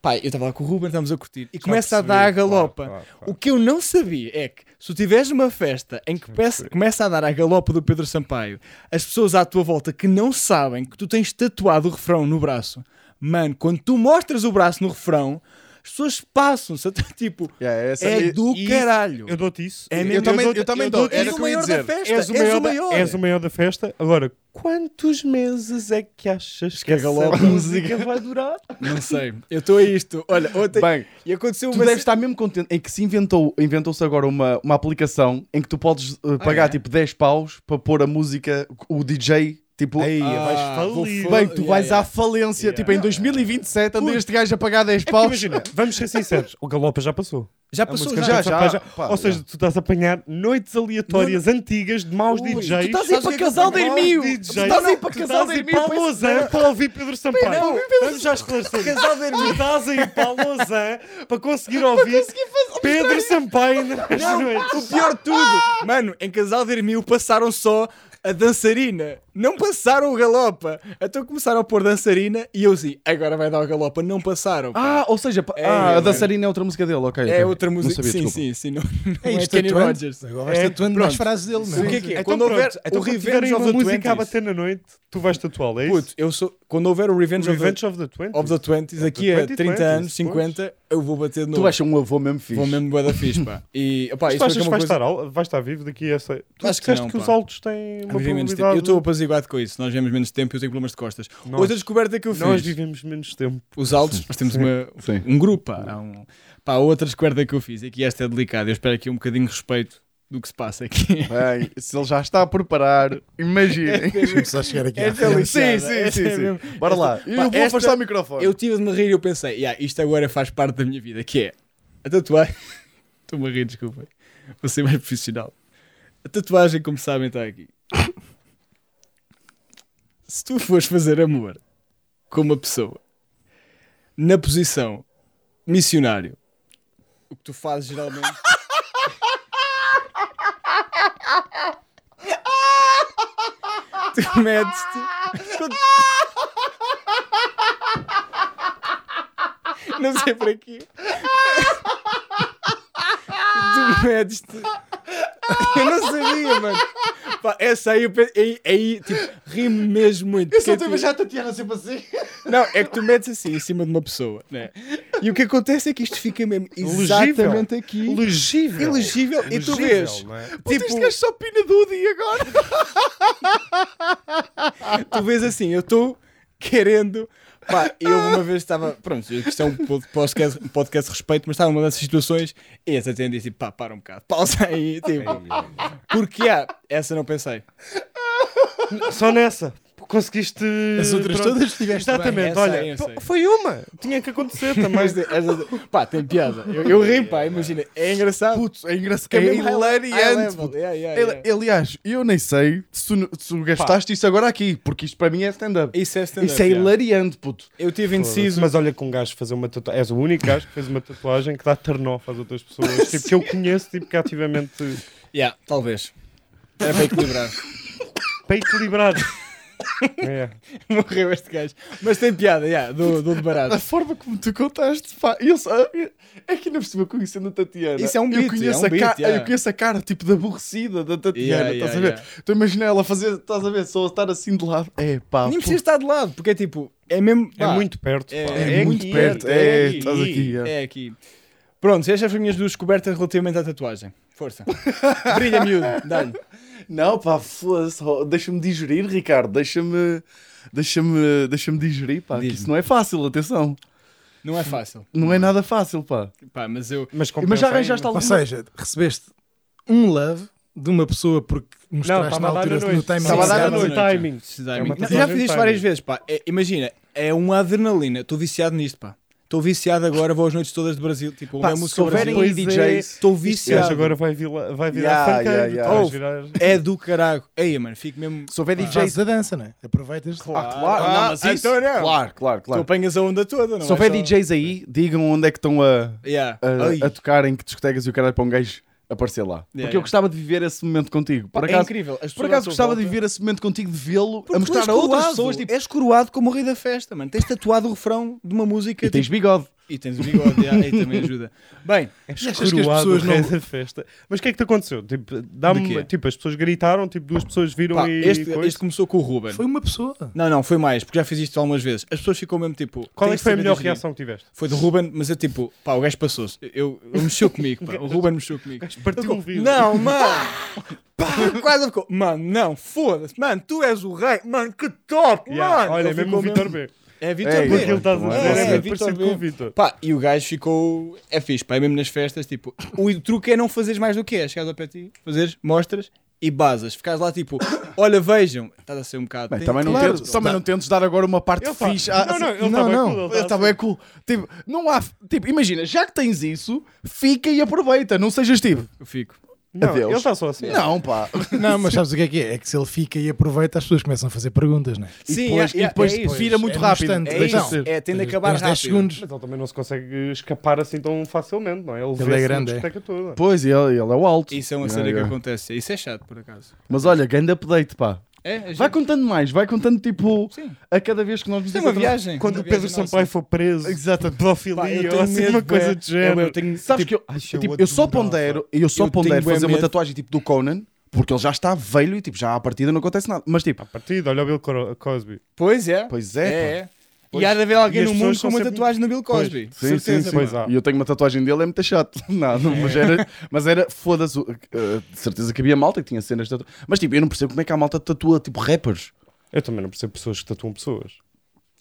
[SPEAKER 1] pá, eu estava lá com o Ruben, estávamos a curtir, e começa
[SPEAKER 2] percebi,
[SPEAKER 1] a dar a
[SPEAKER 2] claro,
[SPEAKER 1] galopa.
[SPEAKER 2] claro, claro.
[SPEAKER 1] O que eu não sabia é que se tu tiveres uma festa em que peça- começa a dar a galopa do Pedro Sampaio, as pessoas à tua volta que não sabem que tu tens tatuado o refrão no braço, mano, quando tu mostras o braço no refrão, as pessoas passam-se até tipo,
[SPEAKER 3] Yeah, essa-
[SPEAKER 1] é
[SPEAKER 3] e-
[SPEAKER 1] do
[SPEAKER 2] e-
[SPEAKER 1] caralho.
[SPEAKER 2] Eu dou-te isso.
[SPEAKER 1] É
[SPEAKER 3] eu
[SPEAKER 1] mesmo-
[SPEAKER 3] também-
[SPEAKER 2] dou-te-
[SPEAKER 3] eu também
[SPEAKER 2] dou-te
[SPEAKER 3] dou, era
[SPEAKER 2] isso.
[SPEAKER 3] o que eu ia
[SPEAKER 1] maior da
[SPEAKER 3] dizer.
[SPEAKER 1] festa,
[SPEAKER 2] És o maior da- és o maior da festa. Agora, Quantos meses é que achas que essa
[SPEAKER 1] logo.
[SPEAKER 2] música vai durar?
[SPEAKER 1] Não sei. Eu estou a isto. Olha, ontem.
[SPEAKER 3] Bem,
[SPEAKER 1] e aconteceu
[SPEAKER 3] tu
[SPEAKER 1] uma.
[SPEAKER 3] deves
[SPEAKER 1] ce-
[SPEAKER 3] estar mesmo contente em que se inventou, inventou-se agora uma, uma aplicação em que tu podes
[SPEAKER 2] Ah,
[SPEAKER 3] uh,
[SPEAKER 2] é?
[SPEAKER 3] pagar tipo 10 paus para pôr a música, o DJ, tipo.
[SPEAKER 2] Aí, é
[SPEAKER 1] Ah,
[SPEAKER 2] vais
[SPEAKER 1] vou
[SPEAKER 2] falir.
[SPEAKER 1] fal-
[SPEAKER 3] Bem, tu
[SPEAKER 1] Yeah,
[SPEAKER 3] vais
[SPEAKER 1] yeah. É
[SPEAKER 3] à falência, tipo em 2027 anda este gajo a pagar 10
[SPEAKER 2] Porque
[SPEAKER 3] paus. É
[SPEAKER 2] Imagina, vamos ser sinceros, o Galopa já passou.
[SPEAKER 1] Já
[SPEAKER 2] A
[SPEAKER 1] passou já.
[SPEAKER 2] música
[SPEAKER 3] já- pá,
[SPEAKER 2] Ou seja,
[SPEAKER 3] já.
[SPEAKER 2] tu estás a apanhar noites aleatórias antigas de maus DJs.
[SPEAKER 3] tu estás a ir
[SPEAKER 2] Sabes
[SPEAKER 3] para
[SPEAKER 2] o que é que
[SPEAKER 3] Casal
[SPEAKER 2] eu-
[SPEAKER 3] de
[SPEAKER 2] maus
[SPEAKER 3] Hermio.
[SPEAKER 2] DJs.
[SPEAKER 3] Tu estás a ir para
[SPEAKER 2] Tu
[SPEAKER 3] Casal de
[SPEAKER 2] estás a ir
[SPEAKER 3] Hermio
[SPEAKER 2] para
[SPEAKER 3] para
[SPEAKER 2] Lausanne para ouvir Pedro Sampaio.
[SPEAKER 1] Não,
[SPEAKER 2] Vamos já esclarecer. Casal de Tu estás a ir para Lausanne para conseguir ouvir Pedro Sampaio nas noites.
[SPEAKER 1] O pior de tudo, mano, em Casal de Hermil passaram só a dançarina, não passaram o galopa. Então começaram a pôr dançarina e eu assim, agora vai dar o galopa, não passaram. pá.
[SPEAKER 3] Ah, ou seja, pa-
[SPEAKER 1] É,
[SPEAKER 3] ah, a
[SPEAKER 1] mano.
[SPEAKER 3] dançarina é outra música dele, ok.
[SPEAKER 1] é
[SPEAKER 3] ok.
[SPEAKER 1] outra
[SPEAKER 3] Não
[SPEAKER 1] música.
[SPEAKER 3] sabia,
[SPEAKER 1] sim,
[SPEAKER 3] desculpa.
[SPEAKER 1] sim, sim, não, não
[SPEAKER 4] É
[SPEAKER 1] é,
[SPEAKER 4] isto
[SPEAKER 1] Kenny
[SPEAKER 4] atuando.
[SPEAKER 1] Rogers.
[SPEAKER 4] Agora
[SPEAKER 2] É,
[SPEAKER 4] vais tatuando mais frases dele,
[SPEAKER 1] O que é
[SPEAKER 4] mano.
[SPEAKER 1] que é?
[SPEAKER 2] Então
[SPEAKER 1] Quando houver
[SPEAKER 2] pronto,
[SPEAKER 1] o
[SPEAKER 2] então quando tiverem
[SPEAKER 1] Revenge of
[SPEAKER 2] uma
[SPEAKER 1] the
[SPEAKER 2] música a
[SPEAKER 1] 20s.
[SPEAKER 2] bater na noite, tu vais tatuá-la, é
[SPEAKER 1] Puto,
[SPEAKER 2] isso?
[SPEAKER 1] eu sou, quando houver o Revenge, of the-
[SPEAKER 2] Revenge of the 20s.
[SPEAKER 1] of the, 20s, daqui a
[SPEAKER 2] 20s,
[SPEAKER 1] 30 anos,
[SPEAKER 2] pois.
[SPEAKER 1] 50, eu vou bater de
[SPEAKER 3] Tu
[SPEAKER 1] novo.
[SPEAKER 3] vais ser um avô mesmo fixe.
[SPEAKER 1] Vou mesmo bué da fixe, pá. E, opá,
[SPEAKER 2] Mas
[SPEAKER 1] Ah, isso foi é
[SPEAKER 2] tu achas que
[SPEAKER 1] uma
[SPEAKER 2] vais
[SPEAKER 1] coisa...
[SPEAKER 2] estar, al- vais estar vivo daqui a... sei- Tu
[SPEAKER 1] Acho que
[SPEAKER 2] disseste
[SPEAKER 1] não,
[SPEAKER 2] que os
[SPEAKER 1] pá.
[SPEAKER 2] altos têm uma
[SPEAKER 1] Vivem menos
[SPEAKER 2] probabilidade...
[SPEAKER 1] tempo. Eu estou apaziguado com isso. Nós vivemos menos tempo e eu tenho problemas de costas.
[SPEAKER 2] Nós-
[SPEAKER 1] Outra descoberta é que eu fiz.
[SPEAKER 2] Nós vivemos menos tempo.
[SPEAKER 1] Os altos, nós temos uma-
[SPEAKER 3] Sim.
[SPEAKER 1] um grupo. Pá. Há um, pá, outra descoberta que eu fiz, e que esta é delicada, eu espero aqui um bocadinho de respeito do que se passa aqui.
[SPEAKER 3] Bem, se ele já está a preparar,
[SPEAKER 1] É
[SPEAKER 3] imaginem.
[SPEAKER 4] Deixa-me só chegar aqui. Ah,
[SPEAKER 1] Esta é
[SPEAKER 4] à frente.
[SPEAKER 1] lixada,
[SPEAKER 3] sim, sim,
[SPEAKER 1] esta
[SPEAKER 3] sim,
[SPEAKER 1] é
[SPEAKER 3] sim.
[SPEAKER 1] mesmo-
[SPEAKER 3] Bora lá. Eu
[SPEAKER 1] pá,
[SPEAKER 3] vou
[SPEAKER 1] esta-
[SPEAKER 3] afastar o microfone.
[SPEAKER 1] Eu tive de me rir e eu pensei, "Ya, isto agora faz parte da minha vida, que é a tatuagem. Estou-me a rir, desculpa. Vou ser mais profissional. A tatuagem, como sabem, está aqui. Se tu fores fazer amor com uma pessoa na posição missionário, o que tu fazes geralmente. tu metes-te. Quando- Não sei para quê. Tu medes-te. Eu não sabia, mano. Pá, essa aí, eu pe- aí, aí tipo, ri-me mesmo muito. porque é tipo-
[SPEAKER 3] a Tatiana sempre assim.
[SPEAKER 1] Não, é que tu metes assim em cima de uma pessoa, né? E o que acontece é que isto fica mesmo
[SPEAKER 2] Legível.
[SPEAKER 1] exatamente aqui.
[SPEAKER 2] Legível.
[SPEAKER 1] Elegível, e tu vês,
[SPEAKER 2] Não é?
[SPEAKER 1] tipo,
[SPEAKER 3] só pina Dudi agora.
[SPEAKER 1] tu vês assim, eu estou querendo. Pá, eu uma vez estava. Pronto, isto é um pod- podcast, um podcast de respeito, mas estava numa dessas situações e essa tendência, tipo, pá, para um bocado, pausa aí, tipo. Porque há, essa não pensei.
[SPEAKER 2] Só nessa. Conseguiste.
[SPEAKER 4] As outras
[SPEAKER 2] Pronto.
[SPEAKER 4] todas estiveste bem.
[SPEAKER 2] Exatamente,
[SPEAKER 1] Essa
[SPEAKER 2] olha.
[SPEAKER 1] aí eu
[SPEAKER 2] pô,
[SPEAKER 1] sei.
[SPEAKER 2] Foi uma. Tinha que acontecer também.
[SPEAKER 1] Mas, Então, essa- pá, tem piada. Eu, eu ri, pá, imagina, é engraçado.
[SPEAKER 3] Putz, é engraçado.
[SPEAKER 1] É
[SPEAKER 3] É
[SPEAKER 1] mesmo high- high
[SPEAKER 3] hilariante.
[SPEAKER 1] level,
[SPEAKER 3] puto.
[SPEAKER 1] yeah, yeah,
[SPEAKER 3] Ele-
[SPEAKER 1] yeah.
[SPEAKER 3] Aliás, eu nem sei se tu, se tu gastaste isso agora aqui, porque isto para mim é stand-up.
[SPEAKER 1] Isso é stand-up.
[SPEAKER 3] Isso é
[SPEAKER 1] yeah.
[SPEAKER 3] hilariante, puto.
[SPEAKER 1] Eu tive indeciso,
[SPEAKER 2] Preciso. Mas olha que um gajo fazer uma tatuagem. És o único gajo que fez uma tatuagem que dá turn off às outras pessoas. tipo, que eu conheço, tipo, que ativamente.
[SPEAKER 1] Yeah, talvez. Era para equilibrar.
[SPEAKER 2] Para equilibrar. É.
[SPEAKER 1] Morreu este gajo. Mas tem piada, yeah, do, do de
[SPEAKER 3] A
[SPEAKER 1] barato.
[SPEAKER 3] forma como tu contaste, pá, eu só, eu- é que ainda percebo conhecendo a Tatiana.
[SPEAKER 1] Isso é um beat,
[SPEAKER 3] eu conheço,
[SPEAKER 1] é um
[SPEAKER 3] a
[SPEAKER 1] beat,
[SPEAKER 3] cara,
[SPEAKER 1] yeah.
[SPEAKER 3] eu conheço a cara tipo de aborrecida da Tatiana,
[SPEAKER 1] Yeah,
[SPEAKER 3] estás
[SPEAKER 1] yeah,
[SPEAKER 3] a ver?
[SPEAKER 1] yeah.
[SPEAKER 3] Tu imagina ela fazer, estás a ver, só estar assim de lado. É pá,
[SPEAKER 1] Nem
[SPEAKER 3] puto,
[SPEAKER 1] precisa estar de lado, porque é tipo, é mesmo.
[SPEAKER 2] É
[SPEAKER 1] pá,
[SPEAKER 2] muito perto.
[SPEAKER 1] é-
[SPEAKER 2] pá.
[SPEAKER 1] é
[SPEAKER 3] muito
[SPEAKER 2] aqui,
[SPEAKER 3] perto, é, estás aqui, é.
[SPEAKER 1] É aqui. Pronto, estas foram as minhas duas descobertas relativamente à tatuagem. Força. Brilha, miúdo. Dá-lhe.
[SPEAKER 3] Não, pá, foda-se, oh, deixa-me digerir, Ricardo, deixa-me, deixa-me, deixa-me digerir, pá, que
[SPEAKER 1] Diz-me.
[SPEAKER 3] isso não é fácil, atenção.
[SPEAKER 1] Não é fácil.
[SPEAKER 3] Não é nada fácil, pá.
[SPEAKER 1] Pá, mas eu.
[SPEAKER 2] Mas,
[SPEAKER 3] Mas
[SPEAKER 2] compensa
[SPEAKER 3] já
[SPEAKER 2] ainda.
[SPEAKER 3] arranjaste
[SPEAKER 4] Ou
[SPEAKER 3] alguma
[SPEAKER 4] seja, recebeste um love de uma pessoa porque
[SPEAKER 2] Não,
[SPEAKER 4] mostraste
[SPEAKER 2] estava
[SPEAKER 4] na
[SPEAKER 2] a dar
[SPEAKER 4] altura
[SPEAKER 2] na
[SPEAKER 4] no
[SPEAKER 2] noite.
[SPEAKER 4] time
[SPEAKER 2] Estava a dar
[SPEAKER 1] Sim,
[SPEAKER 2] na
[SPEAKER 1] sim, sim.
[SPEAKER 2] noite. Timing.
[SPEAKER 1] Sim,
[SPEAKER 2] É
[SPEAKER 1] timing.
[SPEAKER 2] uma
[SPEAKER 1] Não, já
[SPEAKER 2] tatuagem
[SPEAKER 1] fiz isto
[SPEAKER 2] timing.
[SPEAKER 1] várias vezes, pá. É- imagina, é uma adrenalina. Estou viciado nisto, pá. Estou viciado agora, vou às noites todas de Brasil. Tipo,
[SPEAKER 3] Pá,
[SPEAKER 1] uma
[SPEAKER 3] se
[SPEAKER 1] música do
[SPEAKER 3] houverem
[SPEAKER 1] Brasil.
[SPEAKER 3] aí DJs,
[SPEAKER 1] Estou
[SPEAKER 2] Este gajo
[SPEAKER 1] viciado.
[SPEAKER 2] agora vai virar, vai virar
[SPEAKER 3] Yeah,
[SPEAKER 2] funkeiro,
[SPEAKER 3] yeah, yeah.
[SPEAKER 2] tá? Vai
[SPEAKER 1] Oh.
[SPEAKER 2] virar-
[SPEAKER 1] É do carago. Ei, mano, fico mesmo.
[SPEAKER 3] Se houver DJs...
[SPEAKER 4] DJs da dança, não é? Aproveitas.
[SPEAKER 3] Ah, claro, não, mas isso...
[SPEAKER 1] então não.
[SPEAKER 3] Claro, claro,
[SPEAKER 1] Tu
[SPEAKER 3] claro.
[SPEAKER 1] apanhas a onda toda, não é
[SPEAKER 3] Se houver DJs aí, digam onde é que estão a...
[SPEAKER 1] Yeah. Ai.
[SPEAKER 3] Ah, a, a tocar em que discotecas e o caralho para um gajo aparecer lá. Porque
[SPEAKER 1] yeah.
[SPEAKER 3] eu gostava de viver esse momento contigo. Por
[SPEAKER 1] Pá, é
[SPEAKER 3] acaso,
[SPEAKER 1] incrível. As pessoas
[SPEAKER 3] por
[SPEAKER 1] à
[SPEAKER 3] acaso
[SPEAKER 1] tua
[SPEAKER 3] gostava de
[SPEAKER 1] volta-
[SPEAKER 3] viver esse momento contigo, de vê-lo,
[SPEAKER 1] Porque
[SPEAKER 3] a
[SPEAKER 1] tu
[SPEAKER 3] mostrar
[SPEAKER 1] és
[SPEAKER 3] a outras
[SPEAKER 1] coroado.
[SPEAKER 3] pessoas. Tipo,
[SPEAKER 1] És coroado como o rei da festa, mano. Tens tatuado o refrão de uma música.
[SPEAKER 3] e tens bigode.
[SPEAKER 1] tipo, E tens o bigode, ah, aí também ajuda. Bem,
[SPEAKER 2] E achas que as pessoas não... da festa. Mas o que é que te aconteceu? Tipo,
[SPEAKER 1] De
[SPEAKER 2] dá-me,
[SPEAKER 1] quê?
[SPEAKER 2] tipo, as pessoas gritaram, tipo, duas pessoas viram
[SPEAKER 1] pá,
[SPEAKER 2] e.
[SPEAKER 1] este,
[SPEAKER 2] coisa.
[SPEAKER 1] este começou com o Ruben.
[SPEAKER 4] Ah, Foi uma pessoa.
[SPEAKER 1] Não, não, foi mais, porque já fiz isto algumas vezes. As pessoas ficam mesmo tipo.
[SPEAKER 2] Qual é
[SPEAKER 1] "Tem
[SPEAKER 2] que foi a
[SPEAKER 1] ser
[SPEAKER 2] melhor
[SPEAKER 1] giro."
[SPEAKER 2] reação que tiveste?
[SPEAKER 1] Foi do Ruben, mas eu tipo, pá, o gajo passou-se. Eu, eu- mexeu comigo, pá. O Ruben mexeu comigo.
[SPEAKER 2] Partiu um o vidro.
[SPEAKER 1] Não, mano! Pá, quase ficou. Mano, não, foda-se. Mano, tu és o rei. Mano, que top,
[SPEAKER 2] Yeah,
[SPEAKER 1] mano!
[SPEAKER 2] Olha,
[SPEAKER 1] Ele
[SPEAKER 2] mesmo
[SPEAKER 1] ficou
[SPEAKER 2] o Vitor B.
[SPEAKER 1] É
[SPEAKER 3] Ei,
[SPEAKER 1] Vitor
[SPEAKER 2] Aquilo que
[SPEAKER 1] B.
[SPEAKER 2] estás a
[SPEAKER 3] É,
[SPEAKER 2] dizer é
[SPEAKER 1] é,
[SPEAKER 2] mesmo
[SPEAKER 1] Vitor
[SPEAKER 2] parecido
[SPEAKER 1] B.
[SPEAKER 2] com o Vitor.
[SPEAKER 1] Pá, e o gajo ficou. É fixe, pá, é mesmo nas festas. Tipo, o truque é não fazeres mais do que é. Chegares ao pé de ti, fazeres, mostras e basas. Ficares lá tipo, olha, vejam. Estás a ser um bocado.
[SPEAKER 3] Bem,
[SPEAKER 1] tem-
[SPEAKER 3] também, não
[SPEAKER 1] Claro,
[SPEAKER 3] tentes, também não tentes dar agora uma parte
[SPEAKER 2] Ele tá-
[SPEAKER 3] fixe.
[SPEAKER 2] Não,
[SPEAKER 3] à-
[SPEAKER 2] não, ele
[SPEAKER 3] não,
[SPEAKER 2] tá bem
[SPEAKER 3] não.
[SPEAKER 2] cool, ele tá
[SPEAKER 3] Ele tá
[SPEAKER 2] assim.
[SPEAKER 3] bem cool. Tipo, não há. Tipo, imagina, já que tens isso, fica e aproveita. Não sejas tipo.
[SPEAKER 1] Eu fico.
[SPEAKER 2] Não,
[SPEAKER 3] Adeus.
[SPEAKER 2] ele está só assim.
[SPEAKER 3] Não, pá.
[SPEAKER 4] Não, mas sabes o que é que é? É que se ele fica e aproveita, as pessoas começam a fazer perguntas, não é?
[SPEAKER 1] Sim,
[SPEAKER 3] depois-
[SPEAKER 1] é-
[SPEAKER 3] e
[SPEAKER 1] é-
[SPEAKER 3] depois
[SPEAKER 1] é isso.
[SPEAKER 3] vira muito
[SPEAKER 4] é
[SPEAKER 3] rápido.
[SPEAKER 4] constante.
[SPEAKER 1] É
[SPEAKER 3] Deixa
[SPEAKER 1] isso,
[SPEAKER 3] ser.
[SPEAKER 1] é, tem de acabar
[SPEAKER 4] Tens 10
[SPEAKER 1] rápido.
[SPEAKER 4] segundos.
[SPEAKER 2] Mas ele também não se consegue escapar assim tão facilmente, não é? Ele,
[SPEAKER 4] é
[SPEAKER 2] vê-se
[SPEAKER 4] grande,
[SPEAKER 2] na
[SPEAKER 4] é.
[SPEAKER 2] discoteca toda.
[SPEAKER 3] Pois, e ele, ele é o alto.
[SPEAKER 1] Isso é uma
[SPEAKER 3] Yeah,
[SPEAKER 1] cena que
[SPEAKER 3] yeah.
[SPEAKER 1] acontece. Isso é chato, por acaso.
[SPEAKER 3] Mas olha, grande update, pá.
[SPEAKER 1] É, é
[SPEAKER 3] Vai
[SPEAKER 1] giro.
[SPEAKER 3] contando mais, vai contando tipo
[SPEAKER 1] Sim.
[SPEAKER 3] a cada vez que nós nos
[SPEAKER 1] Isto é uma
[SPEAKER 3] encontramos.
[SPEAKER 1] viagem.
[SPEAKER 2] Quando
[SPEAKER 1] uma
[SPEAKER 2] o Pedro
[SPEAKER 1] viagem nossa.
[SPEAKER 2] Sampaio for preso,
[SPEAKER 3] Exatamente.
[SPEAKER 1] Pá,
[SPEAKER 2] pedofilia ou assim, uma
[SPEAKER 1] bué.
[SPEAKER 2] coisa de género.
[SPEAKER 1] Eu, eu tenho,
[SPEAKER 3] Sabes
[SPEAKER 1] tipo,
[SPEAKER 3] que eu,
[SPEAKER 1] acho
[SPEAKER 3] tipo,
[SPEAKER 1] outro
[SPEAKER 3] eu só
[SPEAKER 1] bravo.
[SPEAKER 3] pondero, eu só
[SPEAKER 1] Eu
[SPEAKER 3] pondero
[SPEAKER 1] tenho bué
[SPEAKER 3] fazer uma
[SPEAKER 1] medo.
[SPEAKER 3] tatuagem tipo do Conan, porque ele já está velho e tipo, já à partida não acontece nada. Mas tipo,
[SPEAKER 2] A partida, olha o Bill Cro- Cosby.
[SPEAKER 1] Pois é.
[SPEAKER 3] pois
[SPEAKER 1] é.
[SPEAKER 3] é. pá.
[SPEAKER 1] é. E há de haver alguém
[SPEAKER 2] E as
[SPEAKER 1] no
[SPEAKER 2] pessoas
[SPEAKER 1] mundo com
[SPEAKER 2] são
[SPEAKER 1] uma
[SPEAKER 2] sempre-
[SPEAKER 1] tatuagem no Bill Cosby.
[SPEAKER 3] Sim, sim,
[SPEAKER 1] Certeza,
[SPEAKER 3] sim.
[SPEAKER 1] mano.
[SPEAKER 2] Pois há.
[SPEAKER 3] E eu tenho uma tatuagem dele, é muito chato. Não, não, mas era, mas era foda-se. uh, De certeza que havia malta que tinha cenas de tatu... Mas tipo, eu não percebo como é que a malta tatua tipo rappers.
[SPEAKER 2] Eu também não percebo pessoas que tatuam pessoas.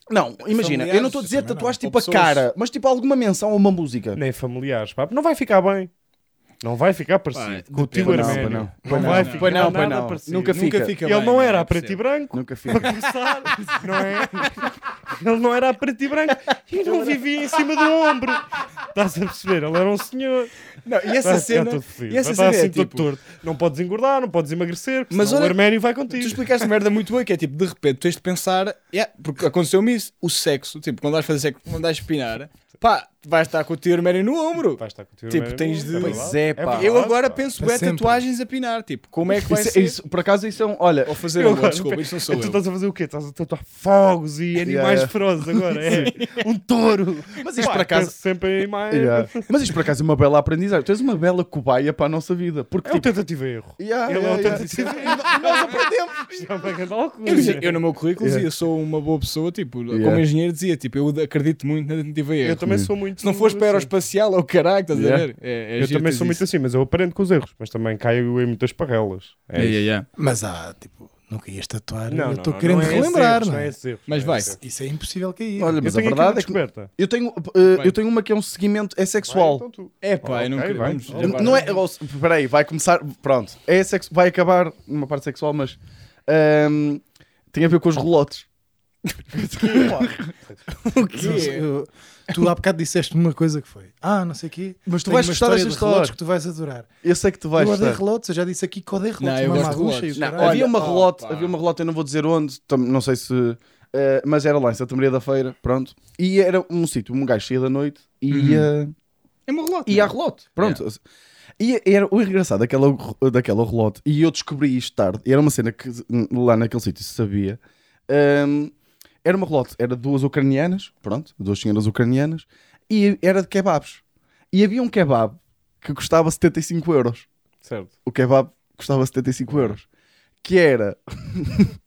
[SPEAKER 3] Não, imagina, eu não estou a dizer tatuagens tipo a cara, mas tipo alguma menção a uma música.
[SPEAKER 2] Nem familiares, pá. Não vai ficar bem. Não vai ficar parecido.
[SPEAKER 1] Pá,
[SPEAKER 2] com o
[SPEAKER 1] depende.
[SPEAKER 2] Tio
[SPEAKER 1] Pois não,
[SPEAKER 2] Arménio.
[SPEAKER 3] pois não.
[SPEAKER 2] Não,
[SPEAKER 3] Pois
[SPEAKER 2] vai
[SPEAKER 1] não.
[SPEAKER 2] ficar
[SPEAKER 3] Pois não, pois
[SPEAKER 2] nada
[SPEAKER 3] não.
[SPEAKER 2] parecido.
[SPEAKER 3] Nunca fica.
[SPEAKER 1] Nunca fica
[SPEAKER 2] Ele
[SPEAKER 1] bem,
[SPEAKER 2] não era a
[SPEAKER 1] eu
[SPEAKER 2] preto e
[SPEAKER 1] percebo.
[SPEAKER 2] branco.
[SPEAKER 3] Nunca fica.
[SPEAKER 2] Sabe? não é? Ele não era a preto e branco e não vivia em cima do ombro. Estás a perceber? Ele era um senhor.
[SPEAKER 1] Não, e essa
[SPEAKER 2] Vai ficar
[SPEAKER 1] cena.
[SPEAKER 2] todo Tá, fodido.
[SPEAKER 1] E essa
[SPEAKER 2] Vai estar
[SPEAKER 1] cena é
[SPEAKER 2] assim todo
[SPEAKER 1] tipo.
[SPEAKER 2] torto. Não podes engordar, não podes emagrecer,
[SPEAKER 1] Mas
[SPEAKER 2] mas o
[SPEAKER 1] olha-
[SPEAKER 2] Arménio vai
[SPEAKER 1] Tu
[SPEAKER 2] contigo.
[SPEAKER 1] explicaste merda muito boa, que é tipo, de repente, tens de pensar, yeah, porque aconteceu-me isso, o sexo, tipo, quando vais fazer sexo, quando vais espinar, pá, vais estar com o teu armério no ombro.
[SPEAKER 2] Vai estar com o tio
[SPEAKER 1] Tipo,
[SPEAKER 2] Arménio.
[SPEAKER 1] tens de-
[SPEAKER 2] É
[SPEAKER 3] Pois
[SPEAKER 2] verdade.
[SPEAKER 3] é, pá.
[SPEAKER 2] verdade,
[SPEAKER 1] Eu agora
[SPEAKER 2] pá.
[SPEAKER 1] penso,
[SPEAKER 4] Para
[SPEAKER 1] é
[SPEAKER 4] sempre.
[SPEAKER 1] tatuagens a pinar, tipo, como é que vai
[SPEAKER 3] Isso-
[SPEAKER 1] ser?
[SPEAKER 3] isso- por acaso isso é um. Olha,
[SPEAKER 1] Ou fazer
[SPEAKER 2] Eu
[SPEAKER 1] amor,
[SPEAKER 2] agora
[SPEAKER 1] desculpa, isto não sou
[SPEAKER 2] Tu
[SPEAKER 1] eu.
[SPEAKER 2] estás a fazer o quê? Estás a tatuar fogos e animais
[SPEAKER 3] yeah.
[SPEAKER 2] ferozes agora. É um touro.
[SPEAKER 3] mas isto
[SPEAKER 2] Pá,
[SPEAKER 3] por acaso.
[SPEAKER 2] penso sempre em mais.
[SPEAKER 3] Yeah. Mas isto por acaso é uma bela aprendizagem. Tu és uma bela cobaia para a nossa vida. Porque
[SPEAKER 2] É um
[SPEAKER 3] tipo,
[SPEAKER 2] tentativa e erro.
[SPEAKER 3] yeah,
[SPEAKER 2] Ele é
[SPEAKER 3] yeah,
[SPEAKER 2] um
[SPEAKER 3] yeah.
[SPEAKER 2] tentativa e erro.
[SPEAKER 3] nós aprendemos.
[SPEAKER 2] Isto é uma grande loucura.
[SPEAKER 1] Eu, dizia- eu no meu currículo
[SPEAKER 3] Yeah.
[SPEAKER 1] dizia, sou uma boa pessoa, tipo,
[SPEAKER 3] Yeah.
[SPEAKER 1] como engenheiro dizia, tipo, eu acredito muito na tentativa e
[SPEAKER 2] Eu
[SPEAKER 1] erro.
[SPEAKER 2] também sou muito.
[SPEAKER 1] Se não fores para
[SPEAKER 2] assim.
[SPEAKER 1] aeroespacial, é o caralho, estás
[SPEAKER 3] Yeah.
[SPEAKER 1] a ver? É, é
[SPEAKER 2] Eu
[SPEAKER 1] giro
[SPEAKER 2] também
[SPEAKER 1] teres
[SPEAKER 2] sou muito
[SPEAKER 1] isso.
[SPEAKER 2] assim, mas eu aprendo com os erros. Mas também caio em muitas parrelas. É
[SPEAKER 1] Yeah,
[SPEAKER 2] isso.
[SPEAKER 1] yeah, yeah.
[SPEAKER 4] Mas há, tipo, nunca ias tatuar.
[SPEAKER 2] Não,
[SPEAKER 4] eu
[SPEAKER 2] não,
[SPEAKER 4] estou
[SPEAKER 2] não,
[SPEAKER 4] querendo
[SPEAKER 2] não é esses
[SPEAKER 4] relembrar,
[SPEAKER 2] erros,
[SPEAKER 4] não
[SPEAKER 2] é
[SPEAKER 4] é?
[SPEAKER 2] esses erros,
[SPEAKER 1] Mas
[SPEAKER 2] não é
[SPEAKER 1] vai.
[SPEAKER 2] esses erros.
[SPEAKER 4] Isso é impossível cair.
[SPEAKER 3] Olha, mas
[SPEAKER 2] eu
[SPEAKER 3] a
[SPEAKER 2] tenho
[SPEAKER 3] verdade é que
[SPEAKER 2] descoberta.
[SPEAKER 3] eu tenho, eh,
[SPEAKER 1] Vai.
[SPEAKER 3] eu tenho uma que é um seguimento é sexual.
[SPEAKER 2] Vai, então tu.
[SPEAKER 1] É pá, eu não
[SPEAKER 2] Ok,
[SPEAKER 1] queria.
[SPEAKER 2] vai.
[SPEAKER 1] vamos, já
[SPEAKER 2] Não-
[SPEAKER 1] então. vai.
[SPEAKER 3] Não é, ou, se- peraí, vai começar, pronto, é sexo, vai acabar numa parte sexual, mas ahm, tem a ver com os relotes.
[SPEAKER 4] o quê? Eu- tu há bocado disseste uma coisa que foi. Ah, não sei o quê.
[SPEAKER 3] Mas tu
[SPEAKER 4] Tenho
[SPEAKER 3] vais
[SPEAKER 4] uma
[SPEAKER 3] gostar
[SPEAKER 4] história
[SPEAKER 3] desta
[SPEAKER 4] de relotes
[SPEAKER 3] história.
[SPEAKER 4] que tu vais adorar.
[SPEAKER 3] Eu sei que tu vais
[SPEAKER 4] eu odeio
[SPEAKER 3] estar.
[SPEAKER 4] relotes, eu já disse aqui que odeio relotes.
[SPEAKER 1] Não, eu
[SPEAKER 4] uma
[SPEAKER 1] gosto de
[SPEAKER 4] marrucha e
[SPEAKER 1] relotes.
[SPEAKER 4] o
[SPEAKER 3] Não,
[SPEAKER 4] caralho.
[SPEAKER 3] havia uma
[SPEAKER 1] oh,
[SPEAKER 3] relote,
[SPEAKER 1] pá.
[SPEAKER 3] havia uma relote, eu não vou dizer onde, tam- não sei se. eh, mas era lá em Santa Maria da Feira, pronto. E era um sítio, um gajo saía da noite e ia,
[SPEAKER 1] É uma relota.
[SPEAKER 3] ia a relote, pronto. E era o engraçado daquela, daquela relote, e eu descobri isto tarde, e era uma cena que hum, lá naquele sítio se sabia. Ahm, era uma relote, era duas ucranianas, pronto, duas senhoras ucranianas, e era de kebabs. E havia um kebab que custava 75 euros.
[SPEAKER 2] Certo.
[SPEAKER 3] O kebab custava 75 euros. Que era,